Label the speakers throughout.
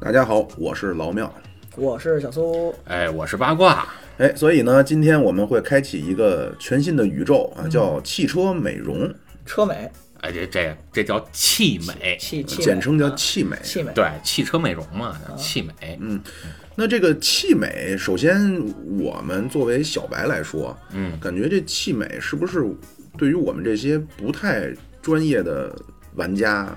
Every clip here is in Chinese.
Speaker 1: 大家好，我是老庙。
Speaker 2: 我是小苏，
Speaker 3: 哎，我是八卦，
Speaker 1: 哎，所以呢，今天我们会开启一个全新的宇宙啊，叫汽车美容，
Speaker 2: 车美
Speaker 3: 哎，这这这叫汽美，
Speaker 2: 气气美
Speaker 1: 简称叫
Speaker 2: 啊
Speaker 1: 汽美。
Speaker 2: 气美，
Speaker 3: 对，汽车美容嘛，叫汽美，
Speaker 1: 那这个汽美，首先我们作为小白来说，
Speaker 3: 嗯，
Speaker 1: 感觉这汽美是不是对于我们这些不太专业的玩家，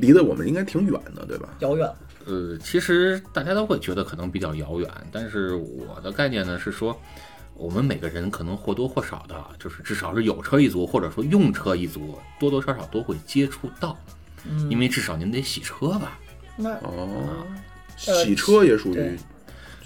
Speaker 1: 离得我们应该挺远的，对吧？
Speaker 2: 遥远
Speaker 3: 呃，其实大家都会觉得可能比较遥远，但是我的概念呢是说，我们每个人可能或多或少的，就是至少是有车一族，或者说用车一族，多多少少都会接触到，因为至少您得洗车吧。
Speaker 2: 那
Speaker 1: 哦，
Speaker 2: 呃
Speaker 1: 洗车也属于
Speaker 2: 对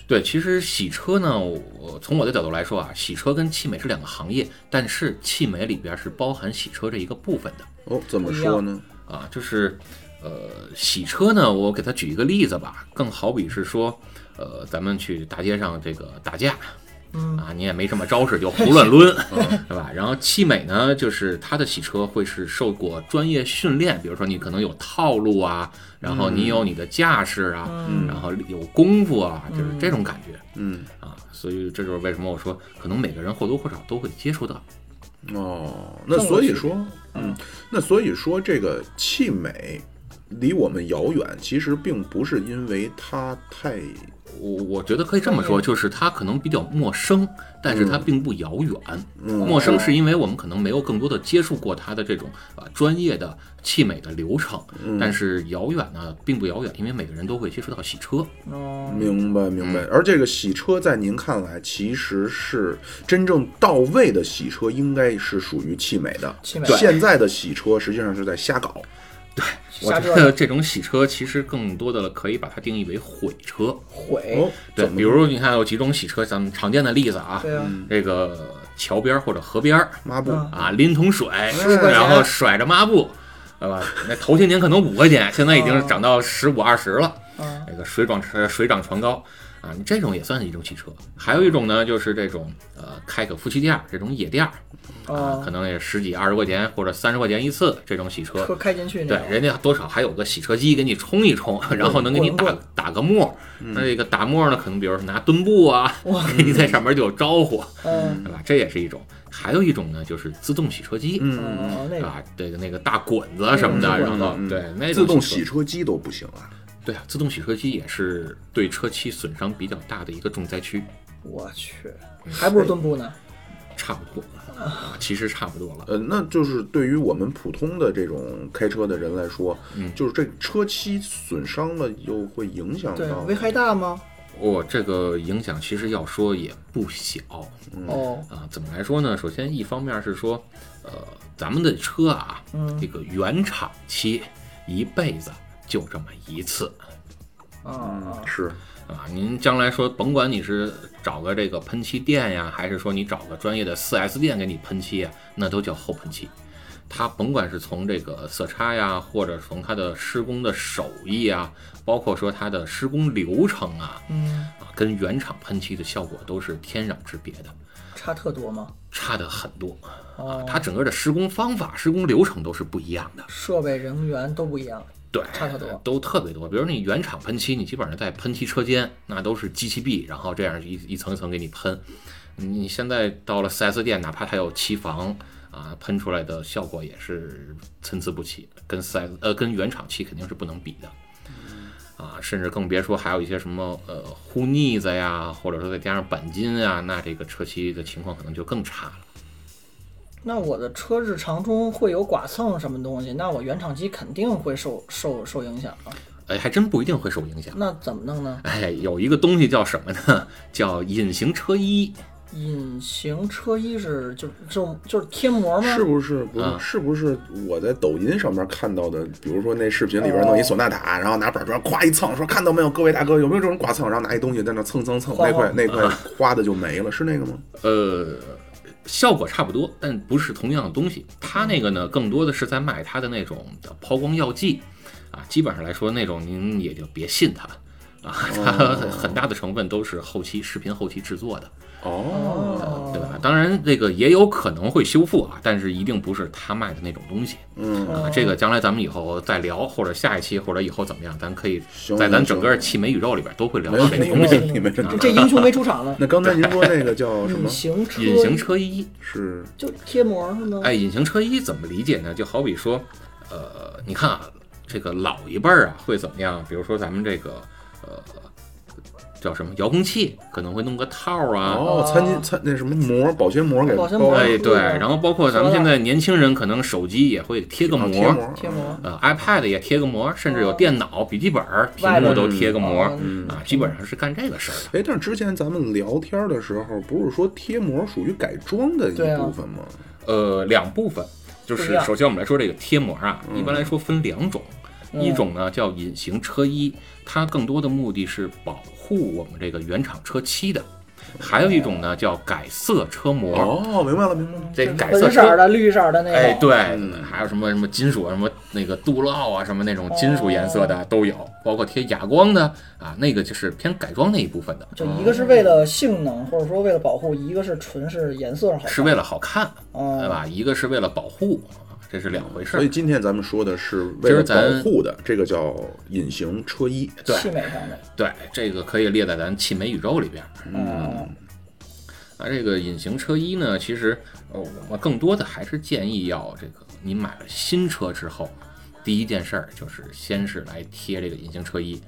Speaker 3: 对，其实洗车呢，我从我的角度来说啊，洗车跟汽美是两个行业，但是汽美里边是包含洗车这一个部分的。
Speaker 1: 哦，怎么说呢？
Speaker 3: 啊，就是呃，洗车呢，我给他举一个例子吧，更好比是说，呃，咱们去大街上这个打架。
Speaker 2: 嗯
Speaker 3: 啊，你也没什么招式，就胡乱 抡，对吧？然后汽美呢，就是它的洗车会是受过专业训练，比如说你可能有套路啊，然后你有你的架势啊，
Speaker 2: 嗯
Speaker 3: 然后有功夫啊，就是这种感觉、
Speaker 1: 嗯，
Speaker 3: 啊。所以这就是为什么我说，可能每个人或多或少都会接触到。
Speaker 1: 哦，那所以说，嗯，那所以说这个气美离我们遥远，其实并不是因为它太
Speaker 3: 我我觉得可以这么说，就是它可能比较陌生，但是它并不遥远。陌生是因为我们可能没有更多的接触过它的这种呃专业的汽美的流程，但是遥远呢并不遥远，因为每个人都会接触到洗车。
Speaker 2: 哦，
Speaker 1: 明白明白。而这个洗车，在您看来，其实是真正到位的洗车，应该是属于气美的。
Speaker 2: 汽美
Speaker 1: 现在的洗车实际上是在瞎搞。
Speaker 3: 我
Speaker 2: 刹
Speaker 3: 觉
Speaker 2: 车
Speaker 3: 得 这种洗车其实更多的可以把它定义为毁车。
Speaker 2: 毁
Speaker 1: 哦，，
Speaker 3: 对，
Speaker 1: 怎么
Speaker 3: 比如你看有几种洗车，咱们常见的例子啊，
Speaker 2: 对啊，
Speaker 3: 这个桥边儿或者河边儿
Speaker 1: 抹布
Speaker 2: 嗯
Speaker 3: 啊，拎桶水，
Speaker 2: 十块钱
Speaker 3: 然后甩着抹布，对吧？那头些年可能五块钱，现在已
Speaker 2: 哦
Speaker 3: 经涨到十五二十了。
Speaker 2: 嗯，
Speaker 3: 那个水涨船水涨船高啊，你这种也算是一种汽车。还有一种呢，就是这种呃开个夫妻店儿这种野店儿啊，可
Speaker 2: 哦，
Speaker 3: 能也十几二十块钱或者三十块钱一次这种洗车。
Speaker 2: 车开进去
Speaker 3: 对
Speaker 2: 那，种，
Speaker 3: 人家多少还有个洗车机给你冲一冲，然后能给你
Speaker 2: 过
Speaker 3: 打
Speaker 2: 过嗯
Speaker 3: 打个沫。那这个打沫呢，可能比如说拿墩布啊，给你在上面就有招呼，
Speaker 2: 嗯，
Speaker 3: 对吧？这也是一种。还有一种呢，就是自动洗车机。
Speaker 1: 嗯，
Speaker 2: 哦，那个
Speaker 3: 啊，这个那个大滚子什么的，
Speaker 2: 嗯
Speaker 3: 然后
Speaker 1: 嗯
Speaker 3: 对那种
Speaker 1: 自动
Speaker 3: 车
Speaker 1: 洗车机都不行啊。
Speaker 3: 对啊，自动洗车机也是对车漆损伤比较大的一个重灾区，
Speaker 2: 我去，还不如墩布呢，
Speaker 3: 差不多了啊，其实差不多了。
Speaker 1: 呃，那就是对于我们普通的这种开车的人来说，
Speaker 3: 嗯
Speaker 1: 就是这车漆损伤了，又会影响
Speaker 2: 对
Speaker 1: 到，
Speaker 2: 危害大吗？
Speaker 3: 我、哦这个影响其实要说也不小
Speaker 2: 哦，
Speaker 3: 啊。怎么来说呢？首先一方面是说，呃，咱们的车啊，这个原厂漆一辈子就这么一次
Speaker 2: 啊，
Speaker 1: 是
Speaker 3: 啊。您将来说，甭管你是找个这个喷漆店呀，还是说你找个专业的 4S 店给你喷漆呀，那都叫后喷漆。它甭管是从这个色差呀，或者从它的施工的手艺啊，包括说它的施工流程啊，
Speaker 2: 嗯，
Speaker 3: 啊，跟原厂喷漆的效果都是天壤之别的，
Speaker 2: 差特多吗？
Speaker 3: 差的很多啊
Speaker 2: 哦。
Speaker 3: 它整个的施工方法、施工流程都是不一样的，
Speaker 2: 设备人员都不一样，
Speaker 3: 对，
Speaker 2: 差特多
Speaker 3: 都特别多。比如你原厂喷漆，你基本上在喷漆车间，那都是机器壁，然后这样一一层一层给你喷。你现在到了 4S 店，哪怕它有漆房啊，喷出来的效果也是参差不齐，跟 4S 呃跟原厂漆肯定是不能比的。啊，甚至更别说还有一些什么呃糊腻子呀，或者说再加上钣金啊，那这个车漆的情况可能就更差了。
Speaker 2: 那我的车日常中会有剐蹭什么东西，那我原厂机肯定会受受受影响啊。
Speaker 3: 哎，还真不一定会受影响。
Speaker 2: 那怎么弄呢？
Speaker 3: 哎，有一个东西叫什么呢？叫隐形车衣。
Speaker 2: 隐形车衣是就就就是贴膜吗？
Speaker 1: 是不是不是、
Speaker 3: 啊
Speaker 1: 是不是我在抖音上面看到的？比如说那视频里边弄一
Speaker 2: 哦
Speaker 1: 索纳塔，然后拿板砖咵一蹭，说看到没有，各位大哥有没有这种剐蹭？然后拿一东西在那蹭蹭蹭，
Speaker 2: 晃
Speaker 1: 那块
Speaker 2: 晃
Speaker 1: 那
Speaker 3: 嗯
Speaker 1: 块花的就没了，是那个吗？
Speaker 3: 呃，效果差不多，但不是同样的东西。它那个呢，更多的是在卖它的那种叫抛光药剂啊，基本上来说，那种您
Speaker 1: 哦
Speaker 3: 也就别信它啊，它很大的成分都是后期视频后期制作的
Speaker 1: 哦，
Speaker 3: 呃，对吧？当然，这个也有可能会修复啊，但是一定不是他卖的那种东西
Speaker 1: 嗯，
Speaker 3: 啊。这个将来咱们以后再聊，或者下一期，或者以后怎么样，咱可以
Speaker 1: 行
Speaker 3: 在咱
Speaker 1: 行
Speaker 3: 整个汽美宇宙里边都会聊
Speaker 1: 没
Speaker 3: 到
Speaker 1: 问
Speaker 3: 这
Speaker 1: 题，没
Speaker 3: 个东
Speaker 1: 问
Speaker 3: 西。
Speaker 1: 题，没问
Speaker 2: 这
Speaker 1: 题。
Speaker 2: 这英雄没出 场呢，
Speaker 1: 那刚才您说那个 叫什
Speaker 2: 隐
Speaker 1: 么？
Speaker 2: 形车
Speaker 3: 隐形车衣，
Speaker 1: 是
Speaker 2: 就贴膜是吗？
Speaker 3: 哎，隐形车衣怎么理解呢？就好比说，呃，你看啊，这个老一辈儿啊会怎么样？比如说咱们这个呃叫什么遥控器，可能会弄个套儿啊，
Speaker 1: 哦，餐巾餐那什么膜，保鲜膜给
Speaker 2: 保鲜
Speaker 1: 包
Speaker 2: 膜
Speaker 1: 上
Speaker 3: 哎，
Speaker 2: 对
Speaker 3: 对，然后包括咱们现在年轻人可能手机也会贴个
Speaker 1: 啊
Speaker 3: 膜
Speaker 1: 贴
Speaker 3: 儿，
Speaker 1: 膜，
Speaker 2: 贴膜，哦
Speaker 3: 呃，iPad 也贴个膜儿，甚至有电脑、笔记本儿、屏
Speaker 2: 外边
Speaker 3: 幕
Speaker 2: 儿
Speaker 3: 都贴个膜儿
Speaker 2: 嗯
Speaker 3: 啊，基本上是干这个事儿的。
Speaker 1: 哎，但是之前咱们聊天的时候，不是说贴膜属于改装的一
Speaker 2: 对啊
Speaker 1: 部分吗？
Speaker 3: 呃，两部分，就
Speaker 2: 不一
Speaker 3: 是
Speaker 2: 样
Speaker 3: 首先我们来说这个贴膜啊，
Speaker 1: 嗯
Speaker 3: 一般来说分两种，一种呢叫隐形车衣，它更多的目的是保护我们这个原厂车漆的；还有一种呢叫改色车膜，
Speaker 1: 哦，明白了，明白了。
Speaker 3: 这改色
Speaker 2: 粉色儿
Speaker 3: 车。
Speaker 2: 的、绿色儿的那
Speaker 3: 哎，
Speaker 2: 个，
Speaker 3: 对，
Speaker 1: 嗯
Speaker 3: 还有什么什么金属，什么那个镀铬啊，什么那种金属颜色
Speaker 1: 哦
Speaker 3: 的都有，包括贴哑光的啊，那个就是偏改装那一部分的，
Speaker 2: 就一个是为了性能或者说为了保护，一个是纯是颜色好，
Speaker 3: 是为了呃好看，
Speaker 2: 哦
Speaker 3: 对吧？一个是为了保护，啊这是两回事儿
Speaker 1: 所以。今天咱们说的是为了保护的，这个叫隐形车衣。
Speaker 3: 对
Speaker 2: 气美上的，
Speaker 3: 对，这个可以列在咱汽美宇宙里边。
Speaker 2: 嗯，
Speaker 3: 那这个隐形车衣呢，其实呃，我们更多的还是建议要这个，你买了新车之后，第一件事儿就是先是来贴这个隐形车衣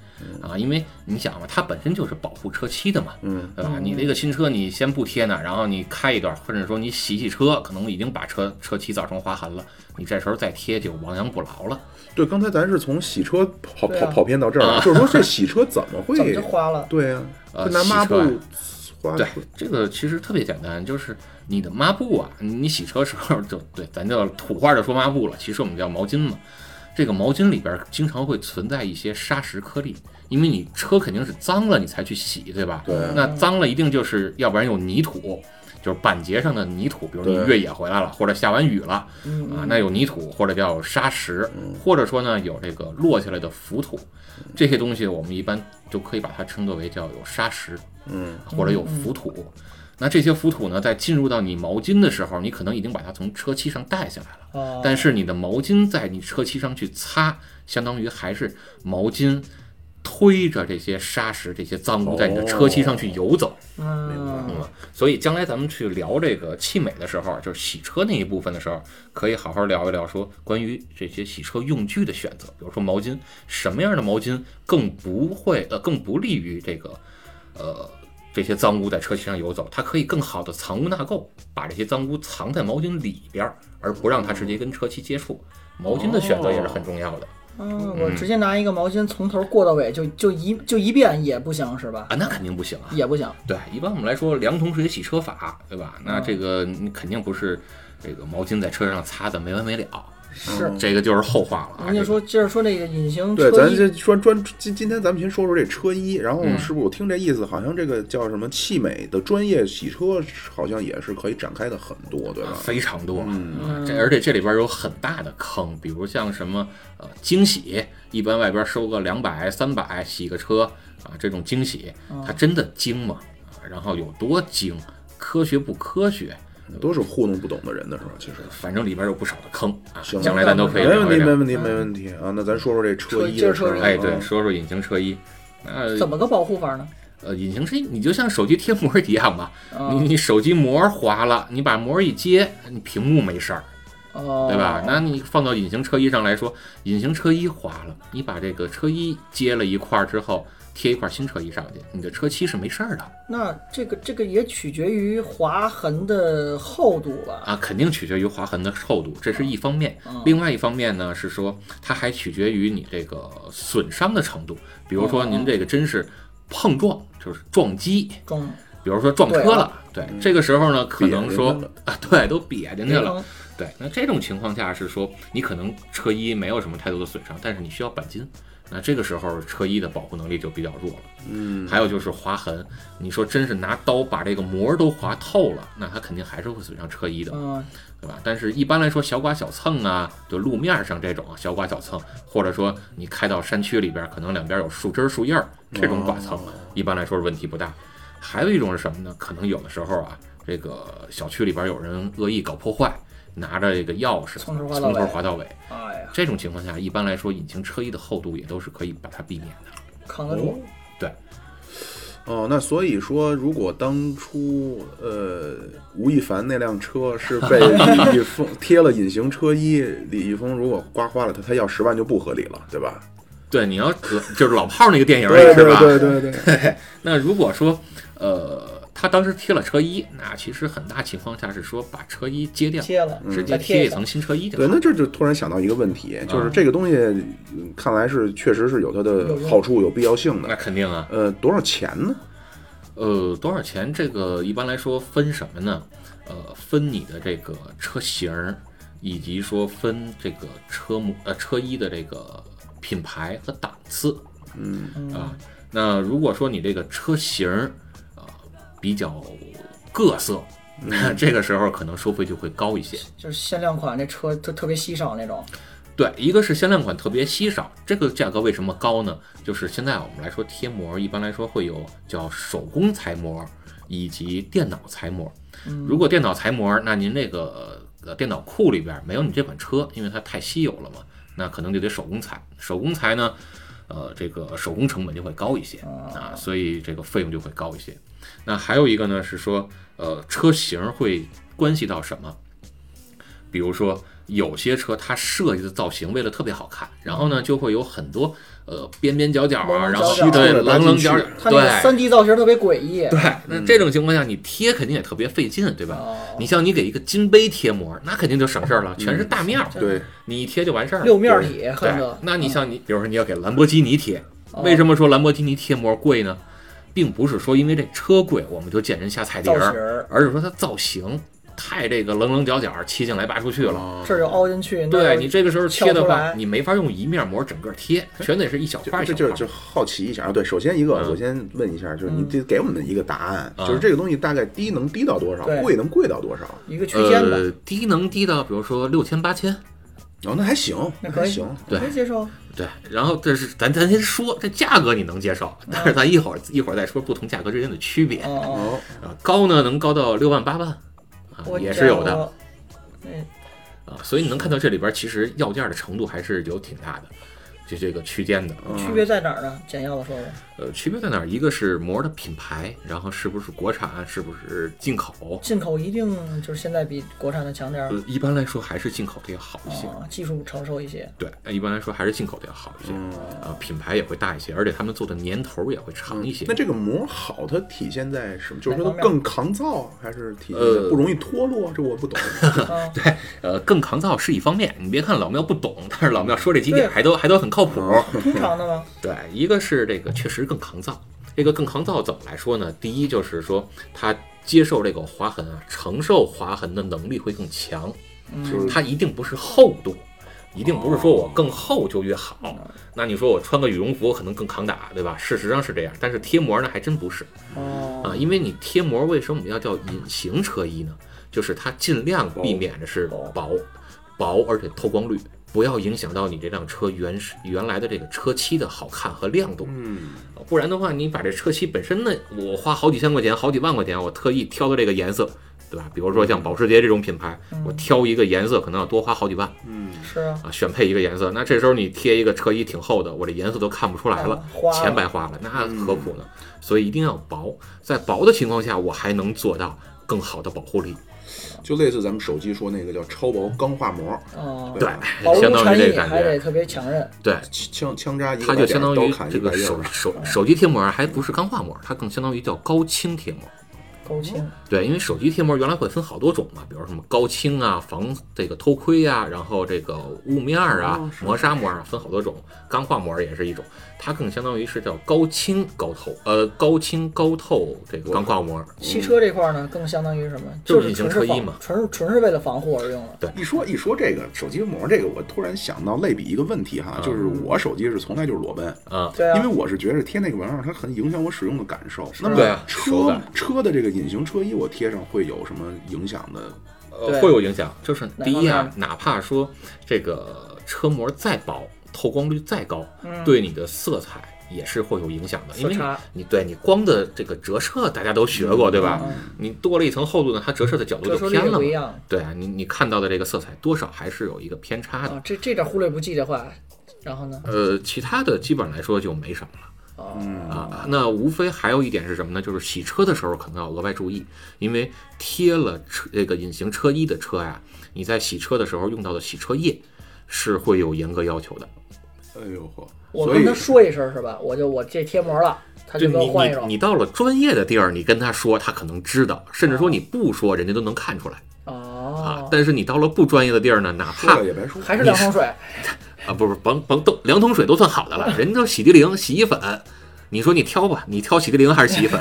Speaker 3: 啊，因为你想嘛，它本身就是保护车漆的嘛，
Speaker 1: 嗯，
Speaker 3: 对吧？你这个新车你先不贴呢，然后你开一段，或者说你洗洗车，可能已经把车车漆造成划痕了，你这时候再贴就亡羊补牢了。
Speaker 1: 对，刚才咱是从洗车跑
Speaker 2: 对
Speaker 1: 跑
Speaker 2: 啊
Speaker 1: 跑偏到这儿 了，就是说这洗车怎么会
Speaker 2: 怎么就花了？
Speaker 1: 对啊呀，
Speaker 3: 呃
Speaker 1: 就拿抹布
Speaker 3: 洗
Speaker 1: 刷
Speaker 3: 对，这个其实特别简单，就是你的抹布啊，你洗车时候就对，咱就土话就说抹布了，其实我们叫毛巾嘛。这个毛巾里边经常会存在一些砂石颗粒，因为你车肯定是脏了你才去洗，对吧？
Speaker 1: 对啊
Speaker 3: 那脏了一定就是要不然有泥土，就是板结上的泥土，比如你
Speaker 1: 对嗯
Speaker 3: 越野回来了，或者下完雨了啊，那有泥土或者叫砂石，或者说呢有这个落下来的浮土，这些东西我们一般就可以把它称作为叫有砂石，
Speaker 1: 嗯，
Speaker 3: 或者有浮土。那这些浮土呢，在进入到你毛巾的时候，你可能已经把它从车漆上带下来了，
Speaker 2: 哦，
Speaker 3: 嗯但是你的毛巾在你车漆上去擦，相当于还是毛巾推着这些沙石、这些脏污在你的车漆上去游走。
Speaker 2: 嗯，
Speaker 3: 嗯，所以将来咱们去聊这个汽美的时候，就是洗车那一部分的时候，可以好好聊一聊，说关于这些洗车用具的选择，比如说毛巾，什么样的毛巾更不会呃更不利于这个呃这些脏污在车漆上游走，它可以更好的藏污纳垢，把这些脏污藏在毛巾里边儿，而不让它直接跟车漆接触。毛巾的选择也是很重要的、
Speaker 2: 嗯，我直接拿一个毛巾从头过到尾，就就一就一遍也不行是吧？
Speaker 3: 啊，那肯定不行啊。
Speaker 2: 也不行，
Speaker 3: 对，一般我们来说，梁同水洗车法，对吧？
Speaker 1: 嗯
Speaker 3: 那这个你肯定不是这个毛巾在车上擦的没完没了，
Speaker 2: 嗯是。
Speaker 3: 这个就是后话了啊。
Speaker 2: 您就
Speaker 3: 这个
Speaker 2: 说接着说这个隐形
Speaker 1: 嗯
Speaker 2: 车
Speaker 1: 对，咱
Speaker 2: 衣，
Speaker 1: 这专专今今天咱们先说说这车衣，然后是不是我听这意思，好像这个叫什么汽美的专业洗车，好像也是可以展开的很多，对吧？
Speaker 3: 呃非常多，
Speaker 1: 嗯
Speaker 3: 啊这而且这里边有很大的坑，比如像什么呃惊喜，一般外边收个两百、三百洗个车啊，这种惊喜，它真的精吗？啊然后有多精？科学不科学？
Speaker 1: 都是糊弄不懂的人的是吧？其实。
Speaker 3: 反正里边有不少的坑啊，
Speaker 1: 行
Speaker 3: 将来咱都可以
Speaker 1: 没问
Speaker 3: 聊一
Speaker 1: 题，没
Speaker 3: 聊。
Speaker 1: 问题，没问题啊！那咱说说这车衣
Speaker 2: 接着
Speaker 1: 的事
Speaker 2: 说
Speaker 1: 儿
Speaker 2: 说
Speaker 1: 啊。
Speaker 3: 嗯哎，对，说说隐形车衣。那
Speaker 2: 怎么个保护法呢？
Speaker 3: 呃，隐形车你就像手机贴膜一样吧，
Speaker 2: 啊
Speaker 3: 你你手机膜划了，你把膜一揭，你屏幕没事儿，
Speaker 2: 哦，
Speaker 3: 对吧？那你放到隐形车衣上来说，隐形车衣划了，你把这个车衣揭了一块儿之后，贴一块新车衣上去，你的车漆是没事儿的
Speaker 2: 那这个这个也取决于划痕的厚度吧？
Speaker 3: 啊，肯定取决于划痕的厚度，这是一方面。另外一方面呢，是说它还取决于你这个损伤的程度，比如说您这个真是碰撞，就是撞击，
Speaker 2: 中
Speaker 3: 比如说撞车
Speaker 2: 对啊
Speaker 3: 了，对，这个时候呢，可能说
Speaker 1: 瘪进去
Speaker 3: 啊，对，都瘪进去了
Speaker 2: 嗯，
Speaker 3: 对，那这种情况下是说，你可能车衣没有什么太多的损伤，但是你需要钣金，那这个时候车衣的保护能力就比较弱了。嗯，还有就是划痕，你说真是拿刀把这个膜儿都划透了，那它肯定还是会损伤车衣的。
Speaker 2: 嗯，
Speaker 3: 对吧？啊但是一般来说，小剐小蹭啊，就路面上这种小剐小蹭，或者说哦啊你开到山区里边，可能两边有树枝儿、树叶儿这种剐蹭，一般来说问题不大。还有一种是什么呢？可能有的时候啊，这个小区里边有人恶意搞破坏，拿着这个钥匙
Speaker 2: 从
Speaker 3: 从
Speaker 2: 头滑
Speaker 3: 头
Speaker 2: 到尾
Speaker 3: 滑到尾。
Speaker 2: 哎呀，
Speaker 3: 这种情况下，一般来说，引擎车衣的厚度也都是可以把它避免的。
Speaker 2: 扛得住。
Speaker 3: 对，
Speaker 1: 哦，那所以说，如果当初呃吴亦凡那辆车是 被李易峰贴了隐形车衣，李易峰如果刮花了他，他要十万就不合理了，对吧？
Speaker 3: 对，你要就是老炮儿那个电影里
Speaker 1: 对
Speaker 3: 是
Speaker 1: 对
Speaker 3: 吧？
Speaker 1: 对对对，
Speaker 3: 那如果说，呃，他当时贴了车衣，那其实很大情况下是说把车衣揭掉，
Speaker 2: 接了，
Speaker 3: 嗯直接
Speaker 2: 再贴
Speaker 3: 贴
Speaker 2: 一
Speaker 3: 一
Speaker 2: 层
Speaker 3: 层新车衣就
Speaker 1: 对，
Speaker 3: 好
Speaker 1: 那。这就突然想到一个问题，就是这个东西嗯看来是确实是有它的好处、有必要性
Speaker 3: 那
Speaker 1: 的。
Speaker 3: 肯定啊，
Speaker 1: 呃，多少钱呢？
Speaker 3: 呃，多少钱？这个一般来说分什么呢？呃，分你的这个车型儿，以及说分这个车模呃车衣的这个品牌和档次。嗯啊，那如果说你这个车型儿啊、比较各色，那 这个时候可能收费就会高一些。
Speaker 2: 就是限量款，那车特特别稀少那种。
Speaker 3: 对，一个是限量款特别稀少，这个价格为什么高呢？就是现在我们来说贴膜，一般来说会有叫手工裁膜以及电脑裁膜。如果电脑裁膜，那您这个呃电脑库里边没有你这款车，因为它太稀有了嘛，那可能就得手工裁。手工裁呢，呃，这个手工成本就会高一些啊，所以这个费用就会高一些。那还有一个呢是说，呃，车型会关系到什么？比如说有些车它设计的造型为了特别好看，然后呢就会有很多呃边边角角
Speaker 2: 棱
Speaker 3: 啊，
Speaker 2: 棱
Speaker 3: 然后
Speaker 2: 角角
Speaker 3: 对
Speaker 1: 的搭
Speaker 3: 棱棱
Speaker 1: 进
Speaker 3: 角
Speaker 1: 去
Speaker 3: 角，
Speaker 2: 它那个
Speaker 3: 对
Speaker 2: 三 D 造型特别诡异。
Speaker 3: 对。那这种情况下你贴肯定也特别费劲，对吧？
Speaker 2: 哦
Speaker 3: 你像你给一个金杯贴膜，那肯定就省事儿了，全是
Speaker 2: 嗯
Speaker 3: 大面儿，
Speaker 1: 对，
Speaker 3: 你一贴就完事儿了。
Speaker 2: 六面体，
Speaker 3: 对
Speaker 2: 恨嗯着，。
Speaker 3: 那你像你，比如说你要给兰博基尼贴，
Speaker 2: 哦
Speaker 3: 为什么说兰博基尼贴膜贵呢？并不是说因为这车贵我们就见人下菜碟
Speaker 2: 造型儿
Speaker 3: 儿，而是说它造型太这个棱棱角角、七进来八出去了。
Speaker 1: 啊
Speaker 2: 这儿又凹进去，那儿
Speaker 3: 对
Speaker 2: 又
Speaker 3: 你这个时候贴的
Speaker 2: 撬出来
Speaker 3: 话，你没法用一面膜整个贴，全得是一小块儿一
Speaker 1: 这
Speaker 3: 小
Speaker 1: 就
Speaker 3: 块
Speaker 1: 就
Speaker 3: 儿。
Speaker 1: 好奇一下啊，对，首先一个，我先问一下，就是你得给我们一个答案，就是这个东西大概低能低到多少
Speaker 2: 对，
Speaker 1: 贵能贵到多少？
Speaker 2: 一个区间吧，
Speaker 3: 呃，低能低到比如说六千八千，
Speaker 1: 哦，那还行，那
Speaker 2: 那可
Speaker 1: 还
Speaker 2: 以
Speaker 1: 行，
Speaker 3: 对
Speaker 2: 可以接受。
Speaker 3: 对，嗯然后这是咱咱先说这价格你能接受，但是咱一会儿一会儿再说不同价格之间的区别
Speaker 2: 哦
Speaker 3: 啊。
Speaker 2: 哦，
Speaker 1: 哦，
Speaker 3: 高呢能高到六万八万啊
Speaker 2: 我，
Speaker 3: 也是有的。
Speaker 2: 我。嗯，
Speaker 3: 啊，所以你能看到这里边其实要价的程度还是有挺大的，就这个区间的。
Speaker 2: 区别在哪儿呢？简要的说说，
Speaker 3: 呃，区别在哪儿？一个是膜的品牌，然后是不是国产，是不是进口？
Speaker 2: 进口一定就是现在比国产的强点儿
Speaker 3: 呃，一般来说还是进口的要好一些。
Speaker 2: 啊，技术成熟一 些。
Speaker 3: 对，一般来说还是进口的要好一些，
Speaker 1: 嗯
Speaker 3: 呃，品牌也会大一些，而且他们做的年头儿也会长一些。
Speaker 1: 嗯那这个膜好，它体现在什么？就是
Speaker 2: 哪
Speaker 1: 说
Speaker 2: 方
Speaker 1: 它
Speaker 2: 面
Speaker 1: 更抗造，还是体现
Speaker 3: 呃
Speaker 1: 在不容易脱落？这我不懂。
Speaker 2: 啊，
Speaker 3: 呃，更抗造是一方面，你别看老庙不懂，但是老庙说这几点
Speaker 2: 对
Speaker 3: 还都还都很靠谱。
Speaker 1: 嗯哦
Speaker 2: 通常的吗？
Speaker 3: 对，一个是这个确实更抗造，这个更抗造怎么来说呢？第一就是说它接受这个划痕啊，承受划痕的能力会更强，
Speaker 1: 就是
Speaker 3: 它一定不是厚度。一定不是说
Speaker 1: 哦
Speaker 3: 我更厚就越
Speaker 1: 嗯
Speaker 3: 好，那你说我穿个羽绒服可能更抗打，对吧？事实上是这样，但是贴膜呢还真不是
Speaker 2: 哦，
Speaker 3: 啊，因为你贴膜为什么我们要叫隐形车衣呢？就是它尽量避免的是
Speaker 2: 薄
Speaker 3: 薄、薄而且透光率，不要影响到你这辆车原始原来的这个车漆的好看和亮度。
Speaker 1: 嗯，
Speaker 3: 不然的话，你把这车漆本身呢，我花好几千块钱、好几万块钱，我特意挑的这个颜色，对吧？比如说像保时捷这种品牌，我挑一个颜色可能要多花好几万
Speaker 2: 是啊，
Speaker 3: 啊，选配一个颜色。那这时候你贴一个车衣挺厚的，我这颜色都看不出来了
Speaker 2: 嗯花，了
Speaker 3: 钱白花了，那
Speaker 1: 嗯
Speaker 3: 何苦呢？所以一定要薄，在薄的情况下，我还能做到更好的保护力。
Speaker 1: 就类似咱们手机说那个叫超薄钢化膜，
Speaker 2: 哦，
Speaker 3: 对
Speaker 1: 吧，
Speaker 2: 保护
Speaker 3: 相当于
Speaker 2: 产
Speaker 3: 这
Speaker 2: 业
Speaker 3: 个感
Speaker 2: 还得
Speaker 3: 觉，
Speaker 2: 特别强韧。
Speaker 3: 对。
Speaker 1: 枪枪扎一
Speaker 3: 它
Speaker 1: 个白
Speaker 3: 就
Speaker 1: 点
Speaker 3: 相
Speaker 1: 儿，
Speaker 3: 当
Speaker 1: 刀
Speaker 3: 于
Speaker 1: 砍一
Speaker 3: 这
Speaker 1: 个
Speaker 3: 个
Speaker 1: 白印
Speaker 3: 手
Speaker 1: 儿。
Speaker 3: 手手机贴膜还不是钢化膜，它更相当于叫高清贴膜。
Speaker 2: 高清，
Speaker 3: 对，因为手机贴膜原来会分好多种嘛，比如什么高清啊、防这个偷窥啊，然后这个雾面儿啊、
Speaker 2: 哦
Speaker 3: 磨砂膜啊，分好多种。钢化膜也是一种，它更相当于是叫高清高透，呃，高清高透这个钢化膜。
Speaker 2: 汽车这块儿呢，更相当于什么？
Speaker 3: 就是是
Speaker 2: 纯
Speaker 3: 隐形
Speaker 2: 是
Speaker 3: 车衣
Speaker 2: 防
Speaker 3: 嘛
Speaker 2: 纯是纯是为了防护而用的。
Speaker 1: 一说一说这个手机膜，这个我突然想到类比一个问题哈，就是我手机是从来就是裸奔。
Speaker 3: 啊、
Speaker 2: 对啊，
Speaker 1: 因为我是觉得贴那个玩意儿，它很影响我使用的感受。那
Speaker 3: 对啊
Speaker 1: 么
Speaker 3: 手
Speaker 1: 车
Speaker 3: 感
Speaker 1: 车的这个隐形车衣，我贴上会有什么影响的？
Speaker 3: 呃
Speaker 2: 对
Speaker 3: 会有影响。就是
Speaker 2: 哪
Speaker 3: 第一
Speaker 2: 方
Speaker 3: 啊
Speaker 2: 面，
Speaker 3: 哪怕说这个车膜再薄，透光率再高，对你的色彩、也是会有影响的，因
Speaker 2: 嗯色
Speaker 3: 为你
Speaker 2: 差嗯
Speaker 3: 你对你光的这个折射大家都学过，对吧？你多了一层厚度呢，它折射的角度
Speaker 2: 折
Speaker 3: 就
Speaker 2: 射率
Speaker 3: 偏
Speaker 2: 也
Speaker 3: 了
Speaker 2: 不一
Speaker 3: 嘛。
Speaker 2: 样
Speaker 3: 对啊，你你看到的这个色彩多少还是有一个偏差的。
Speaker 2: 啊。这这点忽略不计的话，然后呢？
Speaker 3: 呃，其他的基本来说就没什么了。啊，那无非还有一点是什么呢？就是洗车的时候可能要额外注意，因为贴了车这个隐形车衣的车呀、你在洗车的时候用到的洗车液是会有严格要求的。
Speaker 1: 哎呦呵，
Speaker 2: 我
Speaker 1: 所
Speaker 2: 跟
Speaker 1: 以
Speaker 2: 他说一声是吧？我就我这贴膜了，他
Speaker 3: 就
Speaker 2: 就给
Speaker 3: 你
Speaker 2: 我换一
Speaker 3: 你
Speaker 2: 种
Speaker 3: 你到了专业的地儿，你跟他说，他可能知道，甚至说你不说，人家都能看出来啊
Speaker 2: 哦。，
Speaker 3: 但是你到了不专业的地儿呢，哪
Speaker 1: 说
Speaker 3: 怕
Speaker 1: 了也白说，
Speaker 2: 还是两桶水，
Speaker 3: 啊，不是甭甭都两桶水都算好的 了，人家都洗涤灵、洗衣粉，你说你挑吧，你挑洗涤灵还是洗 衣粉，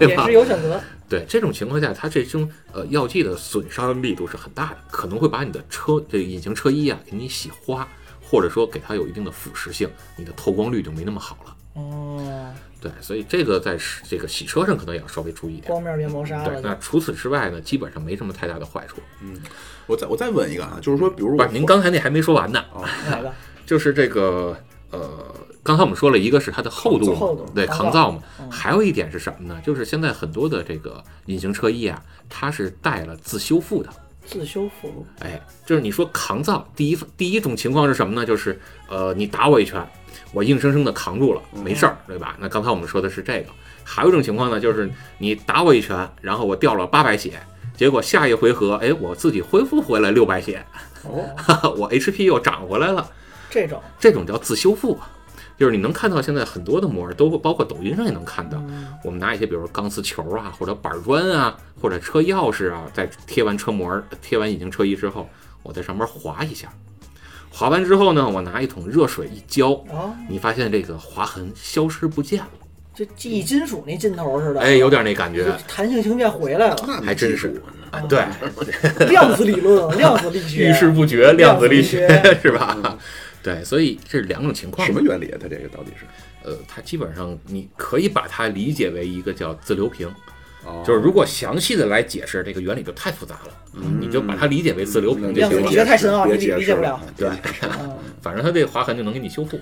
Speaker 3: 对
Speaker 2: 也
Speaker 3: 吧
Speaker 2: 是？有选择。
Speaker 3: 对这种情况下，它这种呃药剂的损伤力度是很大的，可能会把你的车这个隐形车衣啊给你洗花，或者说给它有一定的腐蚀性，你的透光率就没那么好了。
Speaker 2: 哦，
Speaker 3: 对，所以这个在是这个洗车上可能也要稍微注意一点。
Speaker 2: 光面变磨砂
Speaker 3: 对，
Speaker 2: 了就
Speaker 3: 那。除此之外呢，基本上没什么太大的坏处。
Speaker 1: 我再我再问一个啊，就是说，比如
Speaker 3: 不
Speaker 1: 我
Speaker 3: 是，您刚才那还没说完呢，
Speaker 2: 好的，
Speaker 3: 就是这个呃，刚才我们说了一个是它的厚度嘛，
Speaker 2: 厚度
Speaker 3: 对，
Speaker 2: 抗嗯
Speaker 3: 抗
Speaker 2: 造
Speaker 3: 造嘛，还有一点是什么呢？就是现在很多的这个隐形车衣啊，它是带了自修复的。
Speaker 2: 自修复
Speaker 3: 哎，就是你说抗造，第一第一种情况是什么呢？就是呃，你打我一拳，我硬生生的扛住了，
Speaker 2: 嗯
Speaker 3: 没事儿，对吧？那刚才我们说的是这个，还有一种情况呢，就是你打我一拳，然后我掉了八百血，结果下一回合，哎，我自己恢复回来六百血，
Speaker 2: 哦，
Speaker 3: 我 HP 又涨回来了，
Speaker 2: 这种
Speaker 3: 这种叫自修复啊。就是你能看到现在很多的模儿，都包括抖音上也能看到。我们拿一些，比如钢丝球啊，或者板砖啊，或者车钥匙啊，在贴完车膜儿、贴完隐形车衣之后，我在上面划一下，划完之后呢，我拿一桶热水一浇，
Speaker 2: 啊，
Speaker 3: 你发现这个划痕消失不见了，
Speaker 2: 就记忆金属那劲头似的。
Speaker 3: 哎，有点那感
Speaker 2: 就
Speaker 3: 觉，
Speaker 2: 弹性芯片回来了，嗯
Speaker 1: 那
Speaker 3: 还真是
Speaker 1: 技术
Speaker 3: 啊，对，
Speaker 2: 量子理 论，量子力学，
Speaker 3: 遇事不决，量子力学
Speaker 2: 量子
Speaker 3: 是吧？对，所以这是两种情况
Speaker 1: 什
Speaker 3: 嘛
Speaker 1: 么。原理啊？它这个到底是？
Speaker 3: 呃，它基本上你可以把它理解为一个叫自流平，
Speaker 1: 哦
Speaker 3: 就是如果详细的来解释这个原理就太复杂了，你就把它理解为自流平就
Speaker 2: 量子
Speaker 3: 行
Speaker 2: 力
Speaker 3: 嗯了。
Speaker 2: 学太深啊奥，你
Speaker 1: 别
Speaker 2: 理
Speaker 1: 解
Speaker 2: 理
Speaker 1: 释
Speaker 2: 解不
Speaker 1: 了
Speaker 2: 了。
Speaker 1: 对，
Speaker 2: 嗯
Speaker 3: 反正它这个划痕就能给你修复。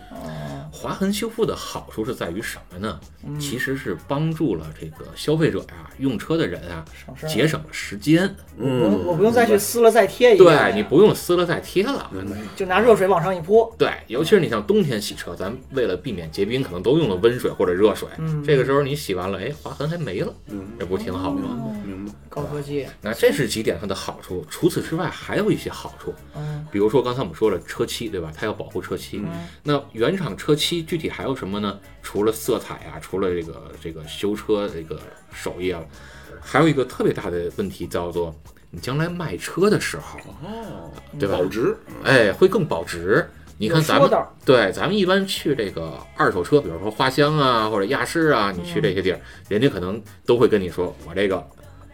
Speaker 3: 划痕修复的好处是在于什么呢？
Speaker 2: 嗯
Speaker 3: 其实是帮助了这个消费者呀、用车的人啊
Speaker 2: 省事，儿
Speaker 3: 节省了时间。
Speaker 2: 我
Speaker 1: 嗯
Speaker 2: 不我不用再去撕了再贴一遍，
Speaker 3: 对你嗯不用撕了再贴了。
Speaker 2: 就拿热水往上一泼，
Speaker 3: 对，尤其是你像冬天洗车，咱们为了避免结冰，可能都用了温水或者热水。这个时候你洗完了，哎，划痕还没了，这不挺好吗？
Speaker 1: 明白。
Speaker 2: 高科技，
Speaker 3: 那这是几点它的好处。除此之外，还有一些好处，
Speaker 2: 嗯，
Speaker 3: 比如说刚才我们说了车漆，对吧？它要保护车漆。那原厂车漆具体还有什么呢？除了色彩啊，除了这个这个修车这个手艺啊，还有一个特别大的问题叫做你将来卖车的时候，
Speaker 1: 哦，
Speaker 3: 对吧
Speaker 1: 保值，
Speaker 3: 哎，会更保值。你看
Speaker 2: 有
Speaker 3: 咱
Speaker 2: 说
Speaker 3: 们
Speaker 2: 道
Speaker 3: 对，咱们一般去这个二手车，比如说花乡啊或者亚市啊，
Speaker 2: 嗯
Speaker 3: 你去这些地儿，人家可能都会跟你说，我这个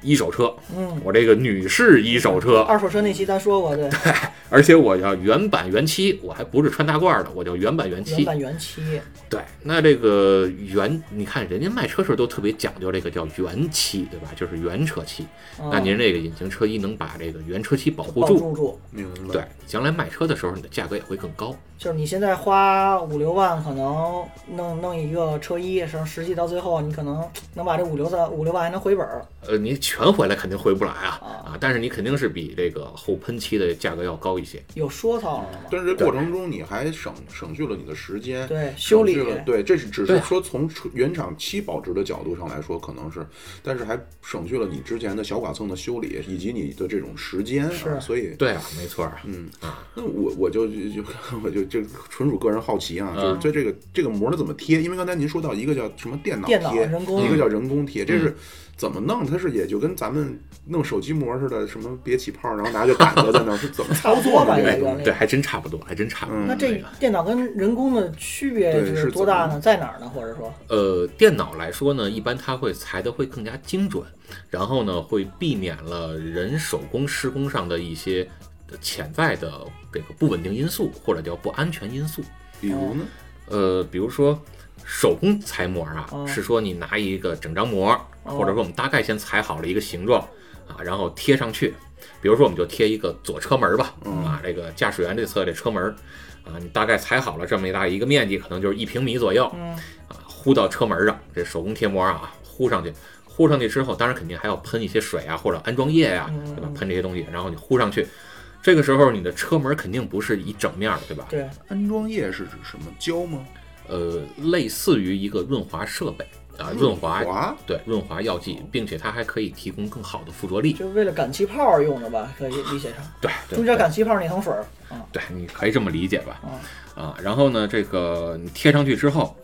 Speaker 3: 一手车，
Speaker 2: 嗯，
Speaker 3: 我这个女士一手车，
Speaker 2: 二手车那期咱说过，对，
Speaker 3: 而且我要原版原漆，我还不是穿大褂儿的，我叫原版原
Speaker 2: 原
Speaker 3: 漆。
Speaker 2: 版原漆，
Speaker 3: 对，那这个原，你看人家卖车时候都特别讲究这个叫原漆，对吧？就是原车漆。
Speaker 2: 嗯
Speaker 3: 那您这个隐形车衣能把这个原车漆保护
Speaker 2: 保
Speaker 3: 住，
Speaker 2: 住住，
Speaker 1: 明白。
Speaker 3: 对，将来卖车的时候你的价格也会更高。
Speaker 2: 就是你现在花五六万，可能弄弄一个车衣，实实际到最后你可能能把这五六万五六万还能回本儿，
Speaker 3: 呃，你全回来肯定回不来啊
Speaker 2: 哦
Speaker 3: 啊！但是你肯定是比这个后喷漆的价格要高一些。
Speaker 2: 有说头了吗？
Speaker 1: 但是这过程中你还省省去了你的时间，
Speaker 2: 对
Speaker 1: 省去
Speaker 2: 修理
Speaker 1: 了，对，这是只
Speaker 3: 对
Speaker 1: 是说从出原厂漆保值的角度上来说，可能是，但是还省去了你之前的小剐蹭的修理以及你的这种时间、啊，
Speaker 2: 是
Speaker 1: 所以
Speaker 3: 对啊，没错儿。嗯，
Speaker 1: 那我我就就 我就这纯属个人好奇啊，就是对这个这个膜它怎么贴？因为刚才您说到一个叫什么电脑贴，
Speaker 2: 电脑人工
Speaker 1: 一个叫人工贴，这是怎么弄？它是也就跟咱们弄手机膜似的，什么别起泡，然后拿着杆子在那儿是怎 么
Speaker 2: 差
Speaker 1: 操
Speaker 2: 不
Speaker 1: 作
Speaker 2: 多吧，
Speaker 1: 的？
Speaker 2: 这
Speaker 1: 这
Speaker 2: 个
Speaker 1: 个东
Speaker 2: 原
Speaker 1: 西
Speaker 2: 理。
Speaker 3: 对，还嗯真差不多，还真差不多。
Speaker 2: 那这
Speaker 3: 个
Speaker 2: 电脑跟人工的区别
Speaker 1: 对
Speaker 2: 就是多
Speaker 1: 怎么
Speaker 2: 大呢？在哪儿呢？或者说，
Speaker 3: 呃，电脑来说呢，一般它会裁的会更加精准，然后呢，会避免了人手工施工上的一些呃潜在的这个不稳定因素或者叫不安全因素。
Speaker 1: 比如呢？
Speaker 3: 呃，比如说手工裁模啊，
Speaker 2: 哦
Speaker 3: 是说你拿一个整张模，或者说我们大概先裁好了一个形状啊，然后贴上去，比如说，我们就贴一个左车门吧，
Speaker 2: 嗯
Speaker 3: 啊，这个驾驶员这侧这车门，啊，你大概裁好了这么一大一个面积，可能就是一平米左右，
Speaker 2: 嗯
Speaker 3: 啊，糊到车门上，这手工贴膜啊，糊上去，糊上去之后，当然肯定还要喷一些水啊，或者安装液呀、
Speaker 2: 嗯
Speaker 3: 对吧？喷这些东西，然后你糊上去，这个时候你的车门肯定不是一整面儿的，对吧？
Speaker 2: 对，
Speaker 1: 安装液是指什么胶吗？
Speaker 3: 呃，类似于一个润滑设备
Speaker 2: 嗯
Speaker 3: 啊，润滑，
Speaker 1: 滑
Speaker 3: 对，润滑药剂，并且它还可以提供更好的附着力，
Speaker 2: 就为了赶气泡儿用的吧，可以理解成
Speaker 3: 对，对
Speaker 2: 中间
Speaker 3: 对
Speaker 2: 赶气泡儿那桶水儿，啊，
Speaker 3: 对，你可以这么理解吧
Speaker 2: 嗯。
Speaker 3: 啊，然后呢，这个你贴上去之后，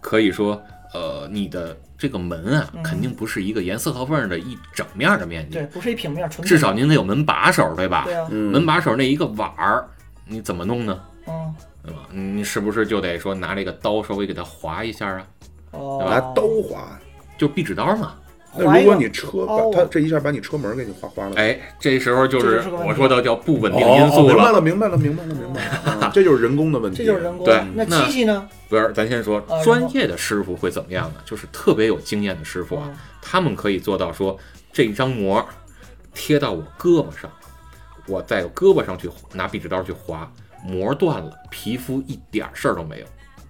Speaker 3: 可以说，呃，你的这个门啊，
Speaker 2: 嗯
Speaker 3: 肯定不是一个严丝合缝的一整面儿的面积
Speaker 2: 对，，不是一平面，纯
Speaker 3: 嗯至少您得有门把手，对吧
Speaker 2: 对？啊，
Speaker 1: 嗯，
Speaker 3: 门把手那一个碗儿，你怎么弄呢？
Speaker 2: 嗯，
Speaker 3: 对吧？你是不是就得说拿这个刀稍微给它划一下啊？
Speaker 2: 哦，
Speaker 1: 拿刀划。
Speaker 3: 就壁纸刀嘛。
Speaker 1: 那如果你车把
Speaker 2: 哦
Speaker 1: 它这一下把你车门给你划花了，
Speaker 3: 哎，这时候就
Speaker 2: 这就是是个问题
Speaker 3: 我说的叫不稳定
Speaker 1: 哦
Speaker 3: 因
Speaker 1: 哦
Speaker 3: 素
Speaker 1: 明白
Speaker 3: 了。
Speaker 1: 了，明白了，明白了，明白 了，啊这就是人工的问题。
Speaker 2: 这就是人工。
Speaker 3: 对
Speaker 2: 那
Speaker 3: 那
Speaker 2: 机器呢？
Speaker 3: 不是，咱先说
Speaker 2: 呃
Speaker 3: 专业的师傅会怎么样呢？就是特别有经验的师
Speaker 2: 嗯
Speaker 3: 傅啊，他们可以做到说这张膜贴到我胳膊上，我在胳膊上去拿壁纸刀去划，膜断了，皮肤一点事儿都没有，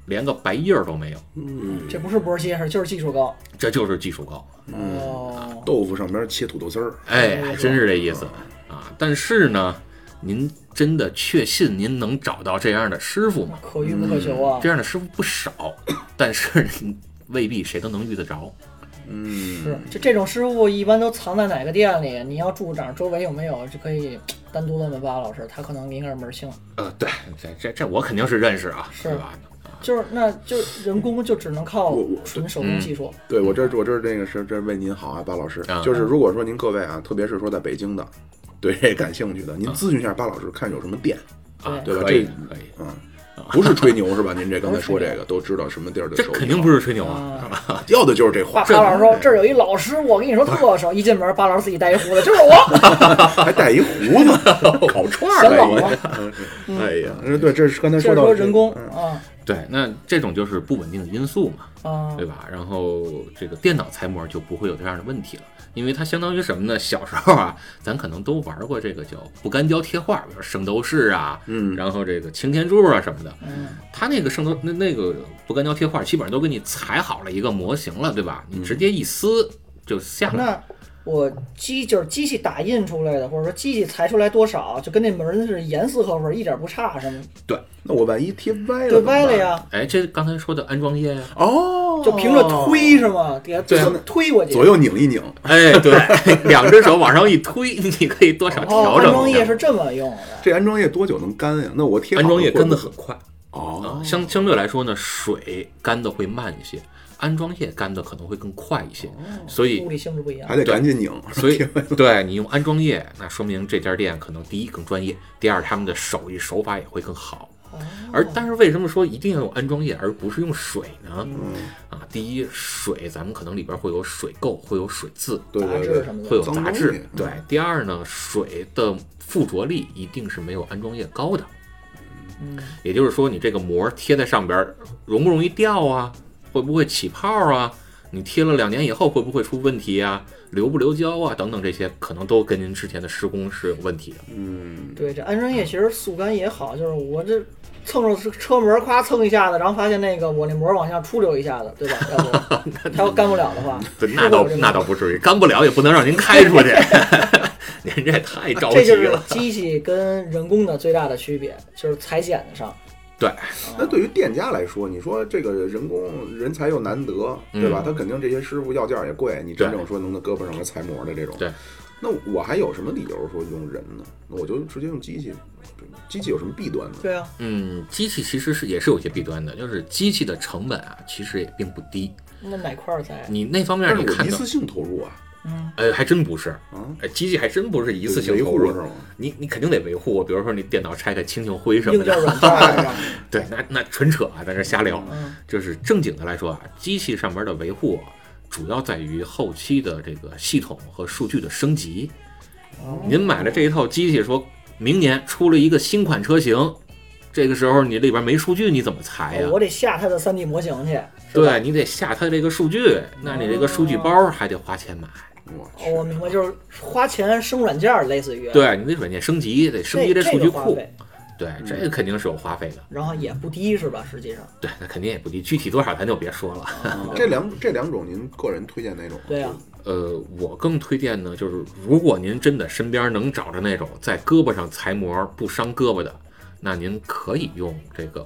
Speaker 3: 连个白印儿都没有，
Speaker 1: 嗯，
Speaker 2: 这不是不是结实，就是技术高。
Speaker 3: 这就是技术高。
Speaker 2: 哦，
Speaker 1: 豆腐上边切土豆丝儿，
Speaker 3: 哎，还真是这意思啊！但是呢，您真的确信您能找到这样的师傅吗？
Speaker 2: 可遇不可求啊
Speaker 3: 这，样的师傅不少，但是 未必谁都能遇得着。
Speaker 1: 嗯，
Speaker 2: 是这这种师傅一般都藏在哪个店里？你要助长周围有没有就可以单独问问巴老师，他可能应该是门儿清。
Speaker 3: 呃，对，这这这我肯定是认识啊，
Speaker 2: 是
Speaker 3: 对吧？
Speaker 2: 就是那就人工就只能靠
Speaker 1: 我我
Speaker 2: 纯手工技术。
Speaker 1: 对我这我这这个是这为您好啊，巴老师
Speaker 3: 啊，
Speaker 1: 就是如果说您各位啊，特别是说在北京的，对这感兴趣的，您咨询一下巴老师，看有什么店，
Speaker 3: 啊，
Speaker 1: 对吧
Speaker 3: 可
Speaker 1: 这
Speaker 3: 以可以，
Speaker 1: 嗯。不是吹牛是吧？您这刚才说这个都知道什么地儿的
Speaker 3: 啊这
Speaker 1: 手艺，
Speaker 3: 肯定不是吹牛
Speaker 1: 嗯
Speaker 3: 啊。
Speaker 2: 啊，
Speaker 1: 要的就是这话
Speaker 2: 巴，巴老师说这儿有一老师，我跟你说特熟。一进门，巴老师自己带一胡子，就是
Speaker 1: 嗯
Speaker 2: 我。
Speaker 1: 还带一胡 子，烤串儿
Speaker 2: 神
Speaker 1: 哎
Speaker 2: 老啊
Speaker 1: 呀
Speaker 2: 嗯
Speaker 1: 哎呀，对，这是刚才
Speaker 2: 就是
Speaker 1: 说
Speaker 2: 说
Speaker 1: 到
Speaker 2: 人工啊
Speaker 3: 对，那这种就是不稳定的因素嘛，
Speaker 2: 啊
Speaker 3: 对，吧？然后这个电脑裁模就不会有这样的问题了，因为它相当于什么呢？小时候啊，咱可能都玩过这个叫不干胶贴画，比如圣斗士啊，
Speaker 1: 嗯
Speaker 3: 然后这个擎天柱啊什么的，
Speaker 2: 嗯，
Speaker 3: 它那个圣斗那那个不干胶贴画基本上都给你裁好了一个模型了，对吧？你直接一撕就下来了。
Speaker 2: 那我机就是机器打印出来的，或者说机器裁出来多少，就跟那门儿是严丝合缝，一点儿不差什么。
Speaker 1: 那我万一贴歪了，
Speaker 2: 对，歪了。呀，
Speaker 3: 哎，这刚才说的安装液呀、
Speaker 1: 哦，
Speaker 2: 就凭着推是吗？给它
Speaker 1: 对啊
Speaker 2: 推过去。
Speaker 1: 左右拧一拧，
Speaker 3: 哎，对， 两只手往上一推， 你可以多少
Speaker 2: 哦，
Speaker 3: 调
Speaker 2: 安
Speaker 3: 整
Speaker 2: 装
Speaker 3: 一下。
Speaker 2: 液是这么用的。
Speaker 1: 这安装液多久能干呀？那我贴好
Speaker 3: 安
Speaker 1: 了
Speaker 3: 装液
Speaker 1: 会
Speaker 3: 干
Speaker 1: 不
Speaker 3: 得
Speaker 1: 会
Speaker 3: 很快啊
Speaker 1: 哦，，
Speaker 3: 相相对来说呢，水干的会慢一些，安装液干的可能会更快一些，所以
Speaker 2: 物理性质不一样
Speaker 3: 啊
Speaker 1: 还，得赶紧拧。
Speaker 3: 所以对你用安装液，那说明这家店可能第一更专业，第二他们的手艺手法也会更好。而但是为什么说一定要用安装液，而不是用水呢？啊，第一，水咱们可能里边会有水垢，会有水渍，
Speaker 1: 对
Speaker 2: 杂嗯
Speaker 1: 对
Speaker 2: 质
Speaker 1: 对
Speaker 2: 什，么的。
Speaker 3: 会有
Speaker 1: 脏
Speaker 3: 杂
Speaker 1: 东
Speaker 3: 质
Speaker 1: 西。
Speaker 3: 对，第二呢，水的附着力一定是没有安装液高的。
Speaker 2: 嗯，
Speaker 3: 也就是说，你这个膜贴在上边儿，容不容易掉啊？会不会起泡啊？你贴了两年以后会不会出问题啊？流不流胶啊？等等这些，可能都跟您之前的施工是有问题的。
Speaker 1: 嗯，
Speaker 2: 对，这安装液其实速干也好，就是我这蹭着车车门儿夸蹭一下子，然后发现那个我那膜儿往下出溜一下子，对吧？要 不它要干不了的话，
Speaker 3: 对，
Speaker 2: 是
Speaker 3: 那
Speaker 2: 会有
Speaker 3: 倒
Speaker 2: 这个
Speaker 3: 那倒不至于，干不了也不能让您开出去， 您这也太着
Speaker 2: 啊这
Speaker 3: 急
Speaker 2: 就是
Speaker 3: 了。
Speaker 2: 机器跟人工的最大的区别，就是裁剪子上。
Speaker 3: 对
Speaker 2: 啊，
Speaker 1: 那对于店家来说，你说这个人工人才又难得，对吧？
Speaker 3: 嗯
Speaker 1: 他肯定这些师傅要价也贵。你
Speaker 3: 对
Speaker 1: 真正说能在胳膊上来裁模的这种，
Speaker 3: 对。
Speaker 1: 那我还有什么理由说用人呢？那我就直接用机器。机器有什么弊端呢？
Speaker 2: 对啊，
Speaker 3: 嗯，机器其实是也是有些弊端的，就是机器的成本啊，其实也并不低。
Speaker 2: 那哪块儿裁？
Speaker 3: 你那方面
Speaker 1: 但
Speaker 3: 你
Speaker 1: 是我
Speaker 3: 看
Speaker 1: 一
Speaker 3: 到
Speaker 1: 次，性投入啊，
Speaker 3: 呃，还真不是，
Speaker 1: 啊，
Speaker 3: 呃，机器还真不是一次性
Speaker 1: 维
Speaker 3: 投
Speaker 1: 护
Speaker 3: 入
Speaker 1: 是，吗？
Speaker 3: 你你肯定得维护，比如说你电脑拆开清清灰什么
Speaker 2: 硬件
Speaker 3: 的，
Speaker 2: 软 件儿啊，
Speaker 3: 对，那那纯扯啊，在这瞎聊。
Speaker 2: 嗯，
Speaker 3: 就是正经的来说啊，机器上面的维护啊主要在于后期的这个系统和数据的升级。
Speaker 2: 哦
Speaker 3: 您买了这一套机器，说明年出了一个新款车型，这个时候你里边没数据，你怎么裁哎呀、
Speaker 2: 哦我得下它的 3D 模型去，是吧
Speaker 3: 对你得下它这个数据，那你这个数据包还得花钱买。
Speaker 1: 我
Speaker 2: 哦，我
Speaker 1: 去，
Speaker 2: 明白，就是花钱升软件儿，类似于，
Speaker 3: 对你得软件升级，得升级
Speaker 2: 这
Speaker 3: 数
Speaker 2: 这
Speaker 3: 据
Speaker 2: 个花
Speaker 3: 库，
Speaker 2: 费，
Speaker 3: 对，这个肯定是有花费的，
Speaker 2: 然后也不低是吧？实际上，
Speaker 3: 对，那肯定也不低，具体多少咱就别说了。
Speaker 1: 这两这两种您个人推荐哪种？啊
Speaker 2: 对啊呀、
Speaker 3: 呃，我更推荐呢，就是如果您真的身边能找着那种在胳膊上裁模不伤胳膊的，那您可以用这个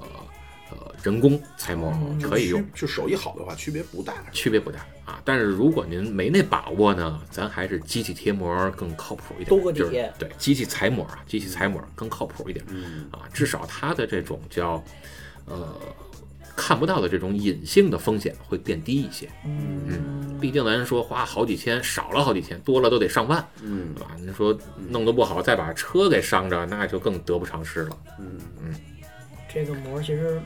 Speaker 3: 呃人工裁模，可以用，
Speaker 1: 就手艺好的话，区别不大。
Speaker 3: 区别不大啊。但是如果您没那把握呢，咱还是机器贴膜更靠谱一点，
Speaker 2: 都搁
Speaker 3: 就是
Speaker 2: 底贴
Speaker 3: 对，机器裁模啊，机器裁模更靠谱一点
Speaker 1: 嗯，
Speaker 3: 啊，至少它的这种叫呃看不到的这种隐性的风险会变低一些。嗯，毕竟咱说花好几千，少了好几千，多了都得上万，
Speaker 1: 嗯
Speaker 3: 对吧？你说弄得不好，再把车给伤着，那就更得不偿失了。
Speaker 1: 嗯，
Speaker 2: 这个膜其实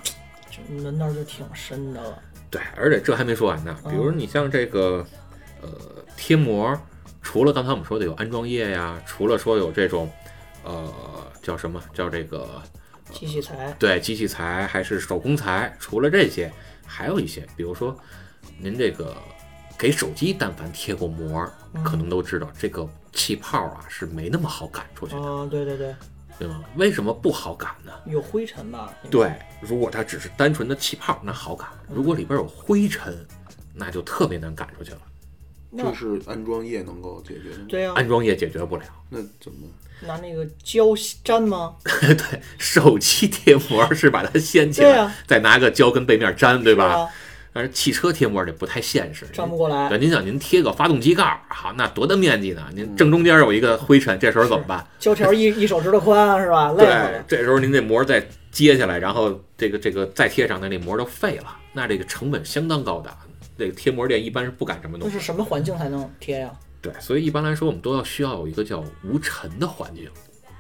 Speaker 2: 就门道就挺深的了。
Speaker 3: 对，而且这还没说完呢。比如你像这个，呃，贴膜，除了刚才我们说的有安装液呀，除了说有这种，呃，叫什么叫这个
Speaker 2: 机器裁，
Speaker 3: 对，机器裁还是手工裁，除了这些，还有一些，比如说您这个给手机但凡贴过膜儿，可能都知道这个气泡啊是没那么好赶出去的，
Speaker 2: 嗯，对对对，
Speaker 3: 对吗？为什么不好赶呢？
Speaker 2: 有灰尘吧？应该，
Speaker 3: 对，如果它只是单纯的气泡，那好赶；如果里边有灰尘，那就特别难赶出去了。
Speaker 2: 那
Speaker 1: 就是安装液能够解决的吗。
Speaker 2: 对呀、
Speaker 3: 安装也解决不了，
Speaker 1: 那怎么？
Speaker 2: 拿那个胶粘吗？
Speaker 3: 对，手机贴膜是把它掀起来，
Speaker 2: 对啊
Speaker 3: 再拿个胶跟背面粘，对
Speaker 2: 是
Speaker 3: 吧？
Speaker 2: 吧？
Speaker 3: 但是汽车贴膜这不太现实，
Speaker 2: 粘不过来
Speaker 3: 对，。您想您贴个发动机盖儿，好，那多大面积呢？您正中间有一个灰尘，这时候怎么办？
Speaker 2: 胶条一一手指头宽是吧？累
Speaker 3: 对
Speaker 2: 死了。，
Speaker 3: 这时候您这膜再揭下来，然后这个这个再贴上，那这膜就废了，那这个成本相当高的。这个贴膜店一般是不敢这么
Speaker 2: 那
Speaker 3: 弄
Speaker 2: 是，什么环境才能贴呀、
Speaker 3: 对，所以一般来说我们都要需要有一个叫无尘的环境，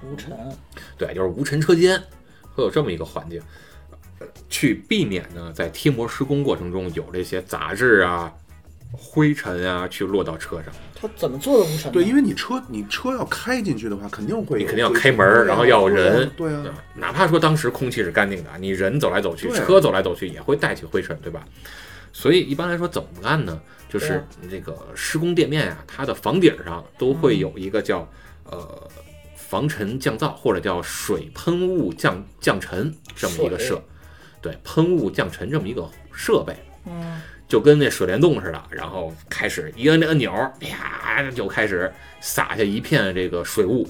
Speaker 2: 无尘，
Speaker 3: 对，就是无尘车间会有这么一个环境，呃去避免呢在贴膜施工过程中有这些杂质啊、灰尘啊去落到车上。
Speaker 2: 它怎么做的无尘呢？
Speaker 1: 对，因为你车你车要开进去的话，肯定会
Speaker 3: 你
Speaker 1: 有
Speaker 3: 肯定要
Speaker 1: 灰
Speaker 3: 开
Speaker 1: 尘
Speaker 3: 门儿，然后要有人，
Speaker 1: 对啊，
Speaker 3: 哪怕说当时空气是干净的，啊你人走来走去，
Speaker 1: 对
Speaker 2: 啊
Speaker 3: 车走来走去也会带起灰尘，对吧？所以一般来说怎么干呢？就
Speaker 2: 对
Speaker 3: 是
Speaker 2: 啊
Speaker 3: 这个施工店面啊，它的房顶上都会有一个叫呃防尘降噪或者叫水喷雾降降尘这么一个设
Speaker 2: 水，
Speaker 3: 对，喷雾降尘这么一个设备。
Speaker 2: 嗯，
Speaker 3: 就跟那水帘洞似的，然后开始一摁那按钮，啪就开始洒下一片这个水雾，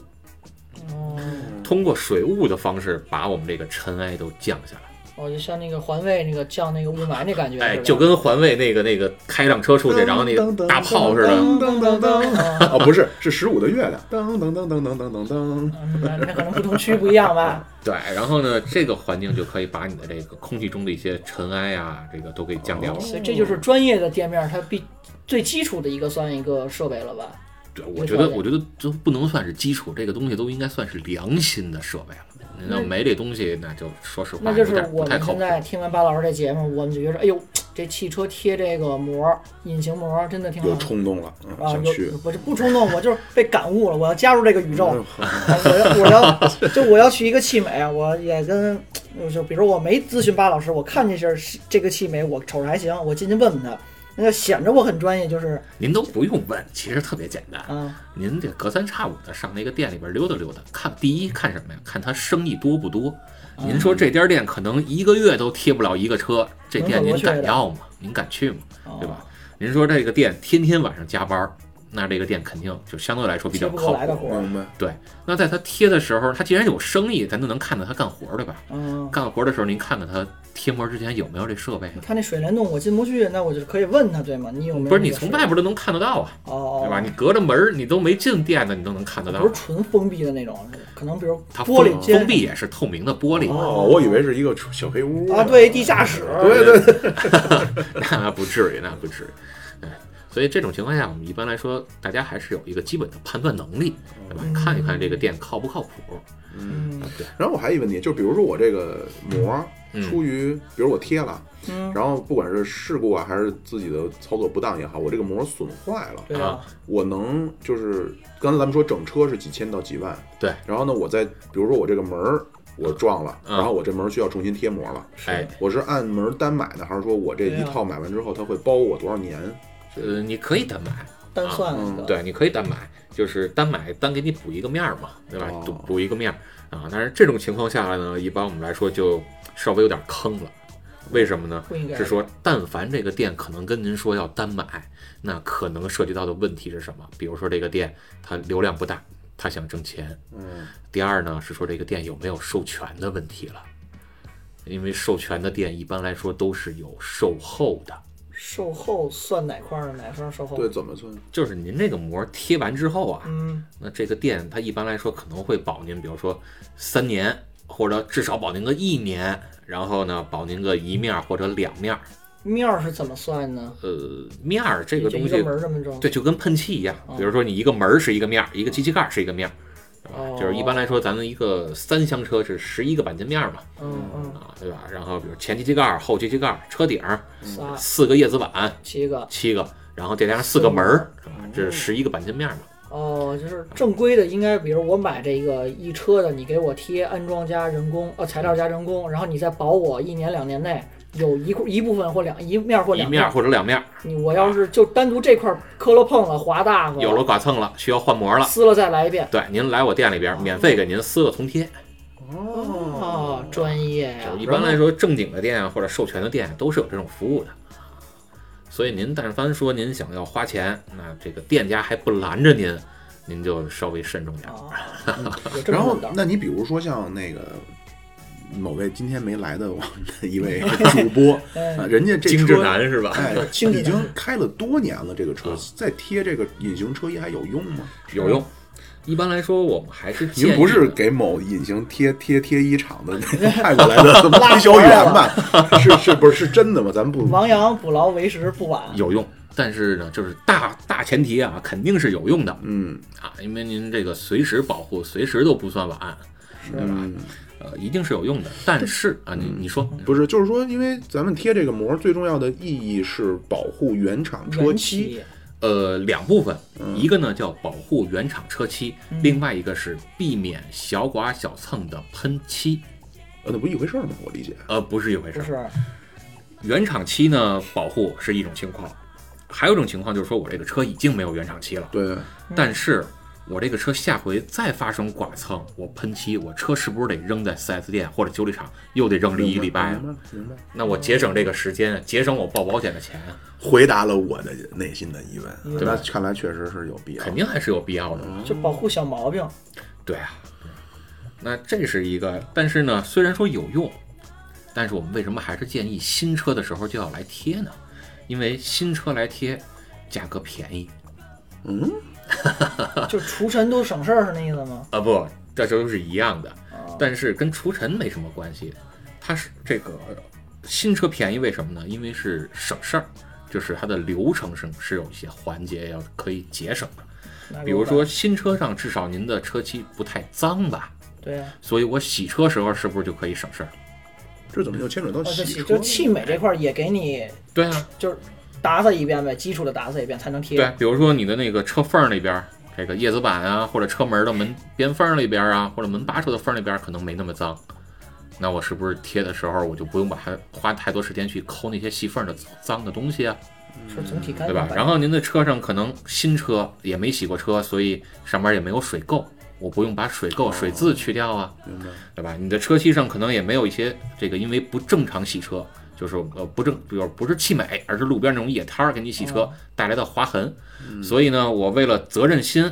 Speaker 2: 哦、
Speaker 3: 通过水雾的方式把我们这个尘埃都降下来。
Speaker 2: 哦，就像那个环卫那个降那个雾霾那感觉，
Speaker 3: 哎，
Speaker 2: 是吧
Speaker 3: 就跟环卫那个那个开辆车出去，然后那个大炮似的。
Speaker 1: 噔噔噔噔。
Speaker 2: 哦
Speaker 1: 哦，不是，是十五的月亮，噔噔噔噔噔噔噔噔。
Speaker 2: 嗯那那可能不同区不一样吧？
Speaker 3: 对，然后呢，这个环境就可以把你的这个空气中的一些尘埃啊，这个都给降掉了。
Speaker 2: 哦所以这就是专业的店面它必最基础的一个算一个设备了吧？
Speaker 3: 对，我觉得，我觉得都不能算是基础，这个东西都应该算是良心的设备了。那没这东西，那就说实话
Speaker 2: 那就
Speaker 3: 有
Speaker 2: 是
Speaker 3: 点哎不
Speaker 2: 我
Speaker 3: 太
Speaker 2: 们
Speaker 3: 靠
Speaker 2: 现
Speaker 3: 谱。
Speaker 2: 在听完巴老师这节目，我们就觉得，哎呦，这汽车贴这个膜，隐形膜真的挺好
Speaker 1: 有冲动了，嗯
Speaker 2: 啊，
Speaker 1: 想去
Speaker 2: 有。我就不冲动，我就是被感悟了，我要加入这个宇宙，
Speaker 1: 嗯
Speaker 2: 啊我要我要 就我要去一个汽美，啊我也跟就比如我没咨询巴老师，我看这事是这个汽美，我瞅着还行，我进去问问他，那就显着我很专业，就是
Speaker 3: 您都不用问，其实特别简单。
Speaker 2: 啊，
Speaker 3: 您这隔三差五的上那个店里边溜达溜达，看第一看什么呀？看他生意多不多。您
Speaker 2: 嗯
Speaker 3: 说这家店可能一个月都贴不了一个车，这店您敢要吗？您敢去吗？对
Speaker 2: 哦啊
Speaker 3: 吧？您说这个店天天晚上加班儿，那这个店肯定就相对来说比
Speaker 2: 接
Speaker 3: 较
Speaker 2: 不
Speaker 3: 靠
Speaker 2: 过来的
Speaker 3: 谱。
Speaker 2: 活儿，
Speaker 1: 明白。
Speaker 3: 对，那在他贴的时候，他既然有生意，咱就能看到他干活儿，对吧？
Speaker 2: 嗯。
Speaker 3: 干活儿的时候，您看看他贴膜之前有没有这设备
Speaker 2: 你？看那水帘洞，我进不去，那我就可以问他，对吗？你嗯有没有那个水？
Speaker 3: 不是，你从外边都能看得到啊，
Speaker 2: 哦，
Speaker 3: 对吧？你隔着门儿，你都没进店呢，你都能看得到
Speaker 2: 不。是纯封闭的那种，可能比如
Speaker 3: 它
Speaker 2: 玻璃
Speaker 3: 封
Speaker 2: 间
Speaker 3: 封闭也是透明的玻璃，
Speaker 1: 哦，我以为是一个小黑屋
Speaker 2: 啊，对，地下室，
Speaker 1: 对对对，
Speaker 3: 那不至于，那不至于。哎，所以这种情况下，我们一般来说，大家还是有一个基本的判断能力，对吧？看一看这个店靠不靠谱。
Speaker 2: 嗯
Speaker 3: 对，
Speaker 1: 然后我还有一问题，就比如说我这个膜
Speaker 3: 嗯
Speaker 1: 出于，比如我贴了，
Speaker 2: 嗯，
Speaker 1: 然后不管是事故啊，还是自己的操作不当也好，我这个膜损坏了，
Speaker 2: 对啊，
Speaker 1: 我能就是刚才咱们说整车是几千到几万，
Speaker 3: 对。
Speaker 1: 然后呢，我再比如说我这个门儿我撞了，
Speaker 3: 嗯
Speaker 1: 然后我这门儿需要重新贴膜了，
Speaker 2: 是
Speaker 3: 哎，
Speaker 1: 我是按门儿单买呢，还是说我这
Speaker 2: 对
Speaker 1: 一
Speaker 2: 啊
Speaker 1: 套买完之后它会包我多少年？
Speaker 3: 呃，你可以单买，
Speaker 2: 单算
Speaker 1: 嗯
Speaker 2: 那个，
Speaker 3: 对，你可以单买，就是单买单给你补一个面儿嘛，对吧？
Speaker 1: 哦
Speaker 3: 补补一个面儿啊。但是这种情况下呢，一般我们来说就稍微有点坑了。为什么呢？
Speaker 2: 不应该
Speaker 3: 是说，但凡这个店可能跟您说要单买，那可能涉及到的问题是什么？比如说这个店它流量不大，它想挣钱。
Speaker 1: 嗯，
Speaker 3: 第二呢是说这个店有没有授权的问题了，因为授权的店一般来说都是有售后的。
Speaker 2: 售后算哪块儿呢？哪方售后？
Speaker 1: 对，怎么算？
Speaker 3: 就是您这个膜贴完之后啊，
Speaker 2: 嗯，
Speaker 3: 那这个店它一般来说可能会保您，比如说三年，或者至少保您个一年，然后呢保您个一面儿或者两面儿。
Speaker 2: 面儿是怎么算呢？
Speaker 3: 呃，面儿这个
Speaker 2: 就
Speaker 3: 东
Speaker 2: 一个
Speaker 3: 西，
Speaker 2: 门儿这哦么重，
Speaker 3: 对，就跟喷漆一样，比如说你一个门儿是一个面儿，一个机器盖儿是一个面儿。啊
Speaker 2: 哦
Speaker 3: 就是一般来说，咱们一个三厢车是十一个钣金面儿嘛，
Speaker 2: 嗯嗯，
Speaker 3: 啊，对吧？然后比如前机器盖儿、后机器盖儿、车顶儿、
Speaker 2: 仨
Speaker 3: 四个叶子板，
Speaker 2: 七个，
Speaker 3: 七个，然后再加上四个门儿，啊这是十一个钣金面儿嘛。
Speaker 2: 哦，就是正规的，应该比如我买这个一车的，你给我贴安装加人工，呃，材料加人工，然后你再保我一年两年内有一块一部分或两一面或
Speaker 3: 一
Speaker 2: 两
Speaker 3: 面儿
Speaker 2: 面。
Speaker 3: 或者两面儿，
Speaker 2: 你我要是就单独这块磕了碰了划大发
Speaker 3: 有了剐蹭了，需要换膜了。
Speaker 2: 撕了再来一遍。
Speaker 3: 对，您来我店里边儿，免费给您撕个铜贴。
Speaker 2: 哦，专业呀、
Speaker 3: 就是一般来说，正经的店啊或者授权的店都是有这种服务的。所以您但凡说您想要花钱，那这个店家还不拦着您，您就稍微慎重点儿。
Speaker 2: 啊，有这
Speaker 1: 然
Speaker 2: 么
Speaker 1: 后
Speaker 2: 门道，
Speaker 1: 那你比如说像那个某位今天没来的我们的一 位主播
Speaker 2: 嗯
Speaker 1: 啊，人家这
Speaker 3: 精致
Speaker 1: 车
Speaker 3: 男是吧？
Speaker 1: 哎，
Speaker 2: 精致
Speaker 1: 已
Speaker 2: 男
Speaker 1: 经开了多年了，这个车
Speaker 3: 啊
Speaker 1: 再贴这个隐形车衣还有用吗？
Speaker 3: 有用。一般来说，我们还是建
Speaker 1: 您
Speaker 3: 议
Speaker 1: 不是给某隐形贴贴贴衣厂的那个派过来的推销员吧？是是不是是真的吗？咱不
Speaker 2: 亡羊补牢，为时不晚。
Speaker 3: 有用，但是呢，就是大大前提啊，肯定是有用的
Speaker 1: 嗯
Speaker 3: 啊，因为您这个随时保护，随时都不算晚，对吧？呃，一定是有用的，但是
Speaker 2: 嗯
Speaker 3: 啊，你你说，
Speaker 1: 不是，就是说，因为咱们贴这个膜最重要的意义是保护原厂车
Speaker 2: 原
Speaker 1: 漆。
Speaker 2: 漆
Speaker 3: 呃，两部分，
Speaker 2: 嗯
Speaker 3: 一个呢叫保护原厂车漆，另外一个是避免小剐小蹭的喷漆，
Speaker 1: 呃，那不一回事儿吗？我理解。
Speaker 3: 呃，不是一回事
Speaker 2: 不
Speaker 3: 儿。
Speaker 2: 是，
Speaker 3: 原厂漆呢，保护是一种情况，还有一种情况就是说我这个车已经没有原厂漆了，
Speaker 1: 对，
Speaker 3: 但是我这个车下回再发生剐蹭，我喷漆，我车是不是得扔在 4S 店或者修理厂，又得扔一个礼拜啊
Speaker 1: 明？白了，明白了。
Speaker 3: 那我节省这个时间，节省我报保险的钱啊，
Speaker 1: 回答了我的内心的疑问。那看来确实是有必要
Speaker 3: 肯。定还是有必要的嘛。
Speaker 2: 就保护小毛病。
Speaker 3: 对啊，那这是一个，但是呢，虽然说有用，但是我们为什么还是建议新车的时候就要来贴呢？因为新车来贴，价格便宜
Speaker 1: 嗯，
Speaker 2: 就除尘都省事儿是那意思吗？
Speaker 3: 啊，不，这都是一样的，
Speaker 2: 啊，
Speaker 3: 但是跟除尘没什么关系。它是这个新车便宜，为什么呢？因为是省事儿，就是它的流程上是有一些环节要可以节省的，
Speaker 2: 那
Speaker 3: 比如
Speaker 2: 给我
Speaker 3: 说新车上至少您的车漆不太脏吧，
Speaker 2: 把，对啊呀、
Speaker 3: 所以我洗车时候是不是就可以省事儿？
Speaker 1: 这怎么又牵扯到
Speaker 2: 哦，这
Speaker 1: 洗
Speaker 2: 漆
Speaker 1: 车
Speaker 2: 就
Speaker 1: 了？
Speaker 2: 气美这块儿也给你
Speaker 3: 对啊，
Speaker 2: 就是打扫一遍呗，基础的打扫一遍才能贴。
Speaker 3: 对，比如说你的那个车缝里边儿，这个叶子板啊，或者车门的门边缝里边儿啊，或者门把手的缝里边儿，可能没那么脏。那我是不是贴的时候，我就不用把它花太多时间去抠那些细缝的脏的东西啊，
Speaker 2: 说总体干净
Speaker 3: 对吧？然后您的车上可能新车也没洗过车，所以上面也没有水垢，我不用把水垢、水渍去掉啊，
Speaker 1: 明白。
Speaker 3: 对吧？你的车漆上可能也没有一些这个因为不正常洗车，就是呃不正，比如不是汽美，而是路边那种野摊儿给你洗车带来的划痕。所以呢，我为了责任心，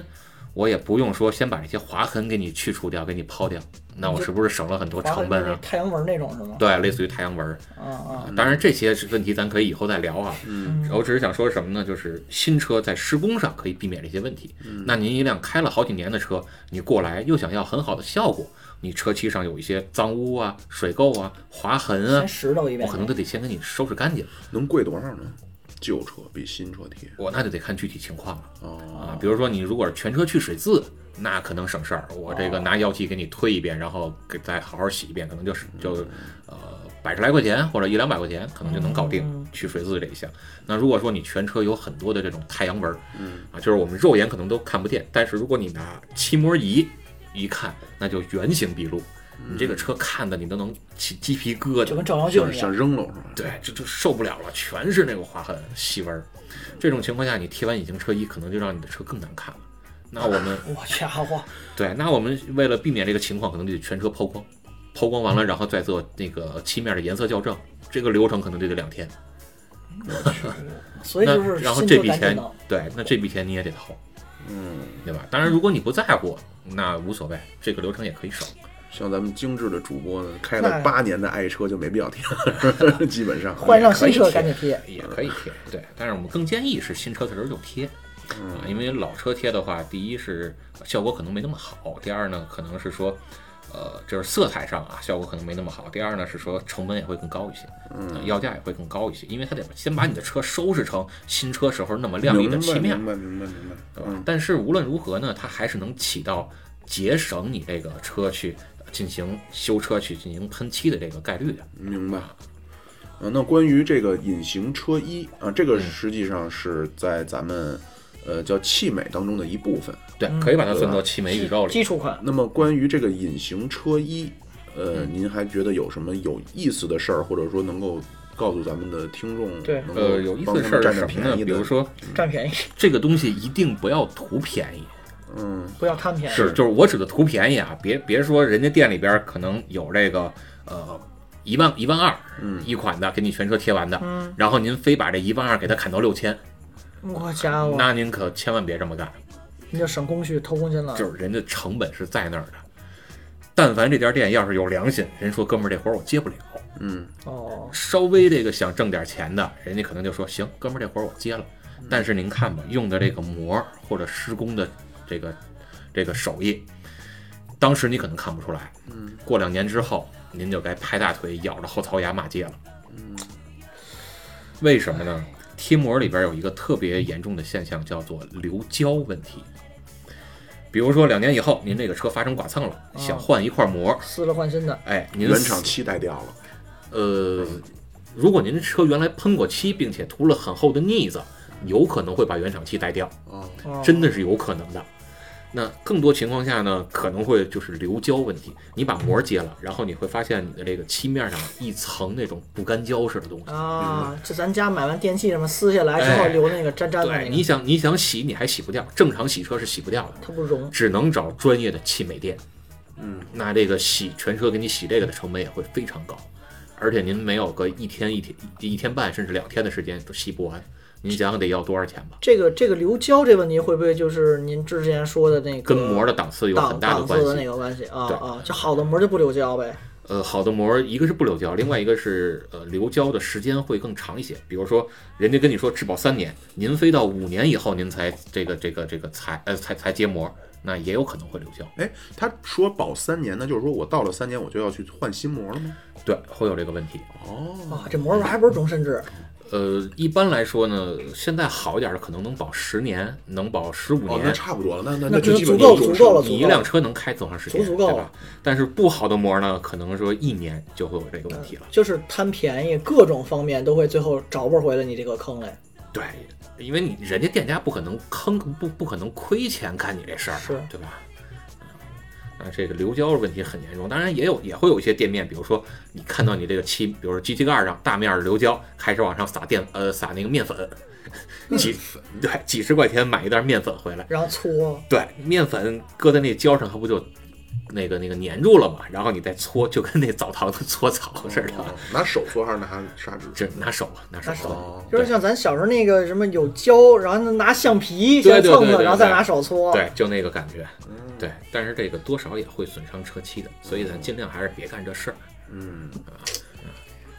Speaker 3: 我也不用说先把这些划痕给你去除掉，给你抛掉，那我是不是省了很多
Speaker 2: 划
Speaker 3: 成
Speaker 2: 痕
Speaker 3: 本
Speaker 2: 就是
Speaker 3: 啊？
Speaker 2: 太阳纹那种是吗？
Speaker 3: 对，类似于太阳纹儿
Speaker 2: 啊啊，
Speaker 3: 啊，当然这些是问题，咱可以以后再聊啊。
Speaker 2: 嗯，
Speaker 3: 我只是想说什么呢？就是新车在施工上可以避免这些问题。那您一辆开了好几年的车，你过来又想要很好的效果，你车漆上有一些脏污啊、水垢啊、划痕啊
Speaker 2: 先，拾掇一
Speaker 3: 我
Speaker 2: 遍
Speaker 3: 可。能都得先给你收拾干净。
Speaker 1: 能贵多少呢？旧车比新车贴
Speaker 3: 我那就得看具体情况了
Speaker 1: 哦，
Speaker 3: 啊。比如说你如果是全车去水渍，那可能省事儿。我这个拿药剂给你推一遍，然后给再好好洗一遍，可能就是就呃百十来块钱或者一两百块钱，可能就能搞定去水渍这一项。那如果说你全车有很多的这种太阳纹儿，啊，就是我们肉眼可能都看不见，但是如果你拿漆膜仪一看，那就原形毕露。你这个车看的你都能起鸡皮疙
Speaker 2: 就
Speaker 3: 瘩
Speaker 2: 跟。照妖镜
Speaker 1: 想
Speaker 2: 一样
Speaker 1: 想。扔了是吧？
Speaker 3: 对，这就受不了了，全是那个划痕、细纹儿。这种情况下，你贴完隐形车衣，可能就让你的车更难看了。那我们
Speaker 2: 我家伙，
Speaker 3: 对，那我们为了避免这个情况，可能就得全车抛光，抛光完了，然后再做那个漆面的颜色校正，这个流程可能就得两天。
Speaker 2: 所以
Speaker 3: 那
Speaker 2: 就是
Speaker 3: 然后
Speaker 2: 新
Speaker 3: 这
Speaker 2: 旧
Speaker 3: 笔
Speaker 2: 赶紧
Speaker 3: 钱
Speaker 2: 弄。，
Speaker 3: 对，那这笔钱你也得掏，嗯，对吧？当然，如果你不在乎，那无所谓，这个流程也可以省。
Speaker 1: 像咱们精致的主播呢，开
Speaker 2: 那
Speaker 1: 了八年的爱车就没必要贴， 基本上
Speaker 2: 换上新
Speaker 3: 可
Speaker 2: 车
Speaker 3: 以
Speaker 2: 赶紧贴，
Speaker 3: 也可以贴，对，但是我们更建议是新车的时候就贴，
Speaker 1: 嗯
Speaker 3: 啊，因为老车贴的话，第一是效果可能没那么好，第二呢，可能是说，呃，就是色彩上啊，效果可能没那么好，第二呢是说成本也会更高一些，嗯，要价也会更高一些，因为它得先把你的车收拾成新车时候那么亮丽
Speaker 1: 明
Speaker 3: 的
Speaker 1: 白
Speaker 3: 漆面，
Speaker 1: 明白明白明白，嗯
Speaker 3: 对吧？但是无论如何呢，它还是能起到节省你这个车去呃进行修车去进行喷漆的这个概率的，
Speaker 1: 明白。呃，那关于这个隐形车衣啊，这
Speaker 3: 嗯
Speaker 1: 个实际上是在咱们呃叫汽美当中的一部分。
Speaker 3: 对，可以把它算作汽美宇宙里。
Speaker 2: 基础款。
Speaker 1: 那么关于这个隐形车衣，呃，
Speaker 3: 嗯
Speaker 1: 您还觉得有什么有意思的事儿，或者说能够告诉咱们的听众，
Speaker 2: 对
Speaker 1: 能够
Speaker 3: 呃，有意思
Speaker 1: 帮
Speaker 3: 的
Speaker 1: 他
Speaker 3: 事
Speaker 1: 们
Speaker 3: 儿
Speaker 1: 占
Speaker 3: 是
Speaker 1: 点
Speaker 3: 什么呢？
Speaker 1: 便宜
Speaker 3: 比
Speaker 1: 的？
Speaker 3: 如，说，
Speaker 2: 占便宜，
Speaker 3: 这个东西一定不要图便宜，
Speaker 1: 嗯，
Speaker 2: 不要贪便宜。
Speaker 3: 是就是我指的图便宜啊，别别说人家店里边儿可能有这个呃一万一万二，嗯，一款的给你全车贴完的，嗯，然后您非把这一万二给它砍到六千，
Speaker 2: 我家伙，
Speaker 3: 那您可千万别这么干，
Speaker 2: 你就省工序偷工斤了。
Speaker 3: 就是人家成本是在那儿的。但凡这家店要是有良心，人说哥们儿这活儿我接不了，
Speaker 2: 哦，
Speaker 3: 稍微这个想挣点钱的，人家可能就说行，哥们儿这活儿我接了。但是您看吧，用的这个模儿或者施工的这个这个手艺，当时你可能看不出来，嗯，过两年之后，您就该拍大腿咬着后槽牙骂街了，嗯，为什么呢？贴膜里边有一个特别严重的现象，叫做流胶问题。比如说两年以后，您这个车发生剐蹭了，想换一块膜，
Speaker 2: 撕了换新的，
Speaker 3: 哎，您
Speaker 1: 原厂漆带掉了，
Speaker 3: 呃，如果您的车原来喷过漆，并且涂了很厚的腻子，有可能会把原厂漆带掉，
Speaker 1: 哦，
Speaker 2: 哦
Speaker 3: 真的是有可能的。那更多情况下呢，可能会就是流胶问题。你把膜揭了，然后你会发现你的这个漆面上一层那种不干胶似的东西。
Speaker 2: 啊，这咱家买完电器什么撕下来之后
Speaker 3: 哎
Speaker 2: 留那个粘粘的
Speaker 3: 对，
Speaker 2: 那
Speaker 3: 你
Speaker 2: 个，
Speaker 3: 想你想洗你还洗不掉，正常洗车是洗不掉的，
Speaker 2: 它不融。
Speaker 3: 只能找专业的汽美店。嗯，那这个洗全车给你洗这个的成本也会非常高，而且您没有个一天一天一天半甚至两天的时间都洗不完，您想想得要多少钱吧？
Speaker 2: 这个这个流胶这问题会不会就是您之前说的那个
Speaker 3: 跟膜的档次有
Speaker 2: 档
Speaker 3: 很大
Speaker 2: 呃
Speaker 3: 的
Speaker 2: 档
Speaker 3: 关
Speaker 2: 次的
Speaker 3: 系
Speaker 2: 那。个关系啊
Speaker 3: 对
Speaker 2: 啊？就好的膜就不流胶呗。
Speaker 3: 呃，好的膜一个是不流胶，另外一个是呃流胶的时间会更长一些。比如说，人家跟你说质保三年，您非到五年以后您才这个这个这个才呃才才结膜，那也有可能会流胶。
Speaker 1: 哎，他说保三年呢，就是说我到了三年我就要去换新膜了吗？
Speaker 3: 对，会有这个问题。
Speaker 1: 哦
Speaker 2: 啊，这膜还不是终身制，
Speaker 3: 呃，一般来说呢，现在好一点的可能能保十年，能保十五
Speaker 1: 哦，那
Speaker 3: 年。
Speaker 1: 差不多了，那那
Speaker 2: 那
Speaker 1: 就
Speaker 2: 就
Speaker 1: 基本
Speaker 2: 足够
Speaker 1: 就是
Speaker 2: 足够了
Speaker 3: 你一辆车能开多长时间，
Speaker 2: 足足够
Speaker 3: 对吧？但是不好的膜呢，可能说一年就会有这个问题了。
Speaker 2: 就是贪便宜，各种方面都会最后找不回来你这个坑来。
Speaker 3: 对，因为你人家店家不可能坑，不不可能亏钱干你这事儿，
Speaker 2: 是
Speaker 3: 对吧？啊，这个流胶问题很严重，当然也有也会有一些店面，比如说你看到你这个漆，比如说机器盖上大面儿流胶，开始往上撒淀呃撒那个面粉， 几对几十块钱买一袋面粉回来，
Speaker 2: 然后搓，
Speaker 3: 对，面粉搁在那胶上，它不就那个那个粘住了嘛？然后你再搓，就跟那澡堂子搓澡似的，
Speaker 1: 哦拿手搓还是拿砂纸？哦
Speaker 3: 这拿手啊，拿手
Speaker 2: 拿手
Speaker 3: 搓。
Speaker 2: 就是
Speaker 3: 对
Speaker 2: 像咱小时候那个什么有胶，然后拿橡皮
Speaker 3: 对
Speaker 2: 先
Speaker 3: 对
Speaker 2: 蹭
Speaker 3: 对
Speaker 2: 蹭，
Speaker 3: 对
Speaker 2: 然后再
Speaker 3: 对
Speaker 2: 拿手搓。
Speaker 3: 对，就那个感觉，对，但是这个多少也会损伤车漆的，所以咱尽量还是别干这事儿。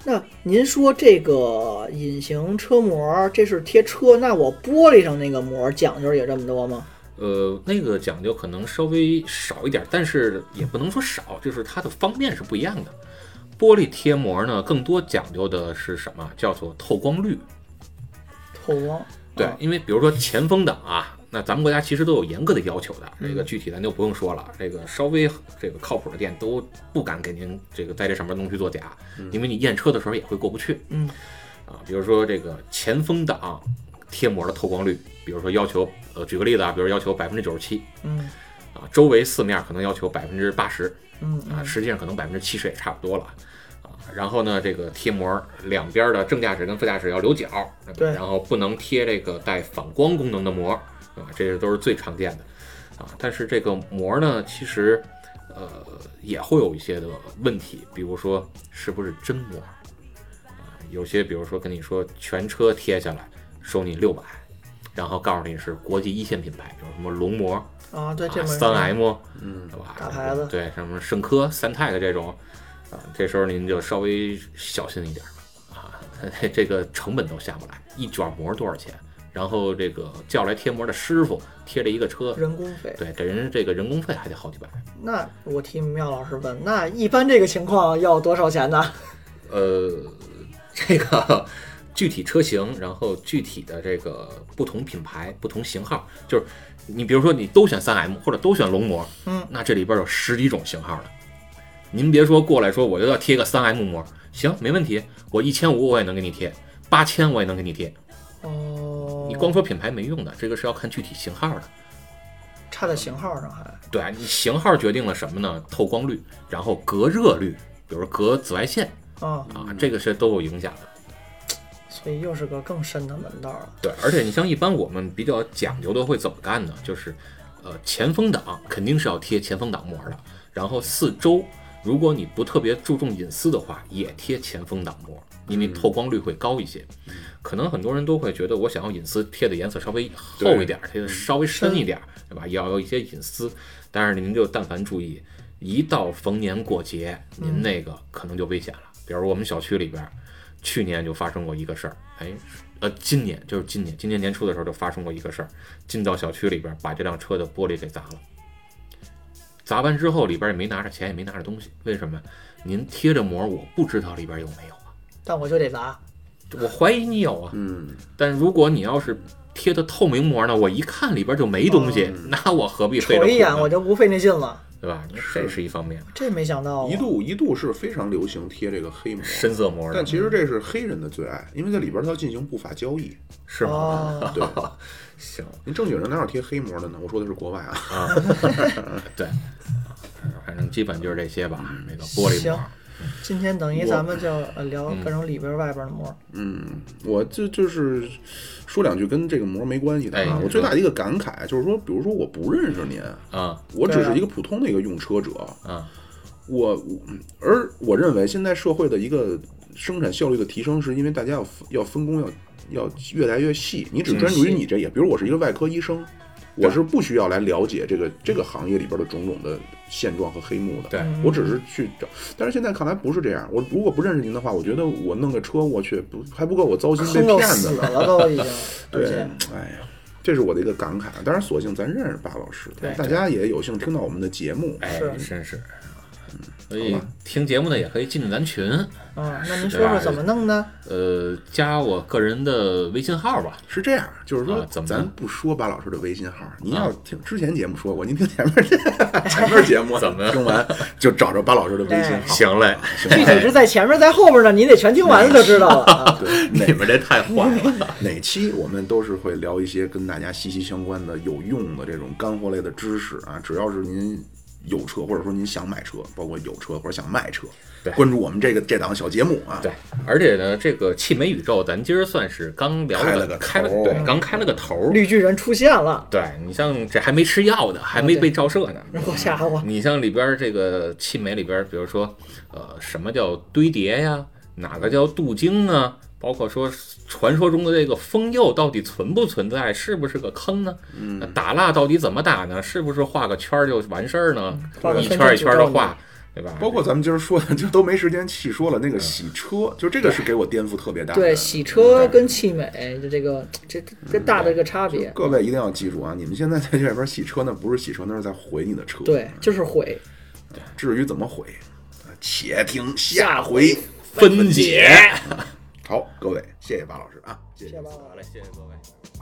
Speaker 2: 那您说这个隐形车膜，这是贴车，那我玻璃上那个膜讲究也这么多吗？
Speaker 3: 呃，那个讲究可能稍微少一点，但是也不能说少，就是它的方面是不一样的。玻璃贴膜呢，更多讲究的是什么？叫做透光率。
Speaker 2: 透光，
Speaker 3: 对
Speaker 2: 啊，
Speaker 3: 因为比如说前风挡啊，那咱们国家其实都有严格的要求的，这
Speaker 2: 嗯
Speaker 3: 个具体咱就不用说了。这个稍微这个靠谱的店都不敢给您这个在这上面弄虚作假，因为你验车的时候也会过不去。
Speaker 2: 嗯，
Speaker 3: 啊，比如说这个前风挡啊贴膜的透光率，比如说要求，呃，举个例子啊，比如要求百分之九十七，
Speaker 2: 嗯，
Speaker 3: 啊，周围四面可能要求百分之八十
Speaker 2: 嗯
Speaker 3: 啊，实际上可能百分之七十也差不多了啊。然后呢，这个贴膜两边的正价值跟副驾驶要留角，
Speaker 2: 对
Speaker 3: 然后不能贴这个带反光功能的膜啊，这些都是最常见的啊。但是这个膜呢，其实呃也会有一些的问题，比如说是不是真膜啊，有些比如说跟你说全车贴下来收你六百。然后告诉你是国际一线品牌，比如什么龙膜，
Speaker 2: 啊，对，这
Speaker 3: 啊，
Speaker 2: 门
Speaker 3: 三 M，
Speaker 1: 嗯，
Speaker 3: 对吧？
Speaker 2: 大牌子
Speaker 3: 对，什么圣科、三泰的这种，啊，这时候您就稍微小心一点吧啊， 这个成本都下不来，一卷膜多少钱？然后这个叫来贴膜的师傅贴了一个车，
Speaker 2: 人工费。
Speaker 3: 对，给人这个人工费还得好几百。
Speaker 2: 那我替妙老师问，那一般这个情况要多少钱呢？
Speaker 3: 呃，这个 具体车型，然后具体的这个不同品牌、不同型号，就是你比如说你都选三 M 或者都选龙膜，
Speaker 2: 嗯，
Speaker 3: 那这里边有十几种型号了。您别说过来说我就要贴个三 M 膜，行，没问题，我一千五我也能给你贴，八千我也能给你贴。
Speaker 2: 哦，
Speaker 3: 你光说品牌没用的，这个是要看具体型号的。
Speaker 2: 差在型号上还。
Speaker 3: 对啊，你型号决定了什么呢？透光率，然后隔热率，比如说隔紫外线
Speaker 2: 啊，
Speaker 3: 啊，这个是都有影响的。
Speaker 2: 所以又是个更深的门道了。
Speaker 3: 对，而且你像一般我们比较讲究的会怎么干呢？就是，呃，前风挡肯定是要贴前风挡膜的，然后四周，如果你不特别注重隐私的话，也贴前风挡膜，因为透光率会高一些。可能很多人都会觉得，我想要隐私，贴的颜色稍微厚一点，贴的稍微深一点，对吧？也要有一些隐私，但是您就但凡注意，一到逢年过节，您那个可能就危险了。比如我们小区里边，去年就发生过一个事儿，哎，呃，今年就是今年，今年年初的时候就发生过一个事儿，进到小区里边把这辆车的玻璃给砸了。砸完之后里边也没拿着钱，也没拿着东西，为什么？您贴着膜，我不知道里边有没有啊，
Speaker 2: 但我就得砸，
Speaker 3: 我怀疑你有啊。
Speaker 1: 嗯，
Speaker 3: 但如果你要是贴的透明膜呢，我一看里边就没东西，
Speaker 1: 嗯
Speaker 3: 那我何必费这
Speaker 2: 瞅
Speaker 3: 苦
Speaker 2: 一眼
Speaker 3: 呢
Speaker 2: 我？就不费那劲了。
Speaker 3: 对吧？这是一方面，
Speaker 2: 这没想到啊
Speaker 1: 一度一度是非常流行贴这个黑膜，
Speaker 3: 深色膜
Speaker 1: 但
Speaker 3: 的
Speaker 1: 其实这是黑人的最爱，因为在里边他要进行不法交 易。
Speaker 3: 是吗？
Speaker 2: 哦，
Speaker 1: 对，
Speaker 3: 行
Speaker 1: 您正经人哪有贴黑膜的呢？我说的是国外啊。
Speaker 3: 啊，对，反正基本就是这些吧。那个玻璃
Speaker 2: 嗯行
Speaker 3: 膜，
Speaker 2: 今天等于
Speaker 1: 我
Speaker 2: 咱们就呃聊
Speaker 3: 嗯
Speaker 2: 各种里边外边的膜。
Speaker 1: 嗯， 我就就是说两句跟这个膜没关系的
Speaker 3: 哎
Speaker 1: 啊。
Speaker 3: 你
Speaker 1: 我最大的一个感慨就是说，比如说我不认识您，
Speaker 3: 啊
Speaker 1: 我只
Speaker 2: 对啊
Speaker 1: 是一个普通的一个用车者，
Speaker 3: 啊，
Speaker 1: 我我而我认为现在社会的一个生产效率的提升，是因为大家要分要分工要要越来越细，你只专注于你这一，比如我是一个外科医生，
Speaker 3: 对
Speaker 1: 我是不需要来了解这个这个行业里边的种种的现状和黑幕的。
Speaker 3: 对
Speaker 1: 我只是去找，但是现在看来不是这样。我如果不认识您的话，我觉得我弄个车，我去不还不够我糟心
Speaker 2: 坑
Speaker 1: 被
Speaker 2: 到
Speaker 1: 骗
Speaker 2: 死
Speaker 1: 的呢。
Speaker 2: 了都 已经，而
Speaker 1: 对
Speaker 2: 且，
Speaker 1: 哎呀，这是我的一个感慨。啊当然，所幸咱认识巴老师
Speaker 2: 对，
Speaker 1: 大家也有幸听到我们的节目。
Speaker 3: 哎，
Speaker 2: 是
Speaker 3: 真是。所以听节目呢，也可以进进咱群，
Speaker 2: 啊，那您说说怎么弄 呢？
Speaker 3: 呃，加我个人的微信号吧。
Speaker 1: 是这样，就是说，
Speaker 3: 啊怎么呢
Speaker 1: 咱不说巴老师的微信号，您
Speaker 3: 啊
Speaker 1: 要听之前节目说过，您听前面 前面节目
Speaker 3: 怎么
Speaker 1: 听完就找着巴老师的微信
Speaker 2: 哎
Speaker 1: 号。
Speaker 3: 行嘞，
Speaker 2: 具体是在前面在后边呢，你得全听完了就知道了啊。
Speaker 1: 对，
Speaker 3: 你们这太坏了。
Speaker 1: 哪哪期我们都是会聊一些跟大家息息相关的有用的这种干货类的知识啊，只要是您。有车，或者说您想买车，包括有车或者想卖车
Speaker 3: 对，
Speaker 1: 关注我们这个这档小节目啊。
Speaker 3: 对，而且呢，这个汽煤宇宙，咱今儿算是刚聊
Speaker 1: 开
Speaker 3: 了
Speaker 1: 了个
Speaker 3: 开了，
Speaker 1: 头儿
Speaker 3: 对，刚开了个头儿。
Speaker 2: 绿巨人出现了，
Speaker 3: 对你像这还没吃药的，还
Speaker 2: 哦
Speaker 3: 没被照射呢。
Speaker 2: 我吓我，
Speaker 3: 你像里边儿这个气媒里边儿，比如说，呃，什么叫堆叠呀？哪个叫镀晶啊？包括说传说中的这个封釉到底存不存在，是不是个坑呢？
Speaker 2: 嗯
Speaker 3: 那打蜡到底怎么打呢？是不是画个圈儿就完事儿呢？
Speaker 2: 嗯画个
Speaker 3: 一
Speaker 2: 分
Speaker 3: 圈儿一
Speaker 2: 寸
Speaker 3: 圈儿
Speaker 2: 就
Speaker 3: 的
Speaker 2: 够
Speaker 3: 画
Speaker 2: 了，
Speaker 3: 对吧？
Speaker 1: 包括咱们今儿说的，就都没时间细说了。那
Speaker 3: 嗯
Speaker 1: 个洗车，就这个是给我颠覆特别大的。
Speaker 2: 嗯对，洗车跟汽美的这个这这大的一个差别，
Speaker 1: 各位一定要记住啊，你们现在在这边洗车，那不是洗车，那是在毁你的车。
Speaker 2: 对，就是毁。
Speaker 1: 至于怎么毁，且听下回。
Speaker 3: 分解。
Speaker 1: 好，各位，谢谢巴老师啊，谢
Speaker 2: 谢谢巴老师
Speaker 3: 好嘞，谢谢各位。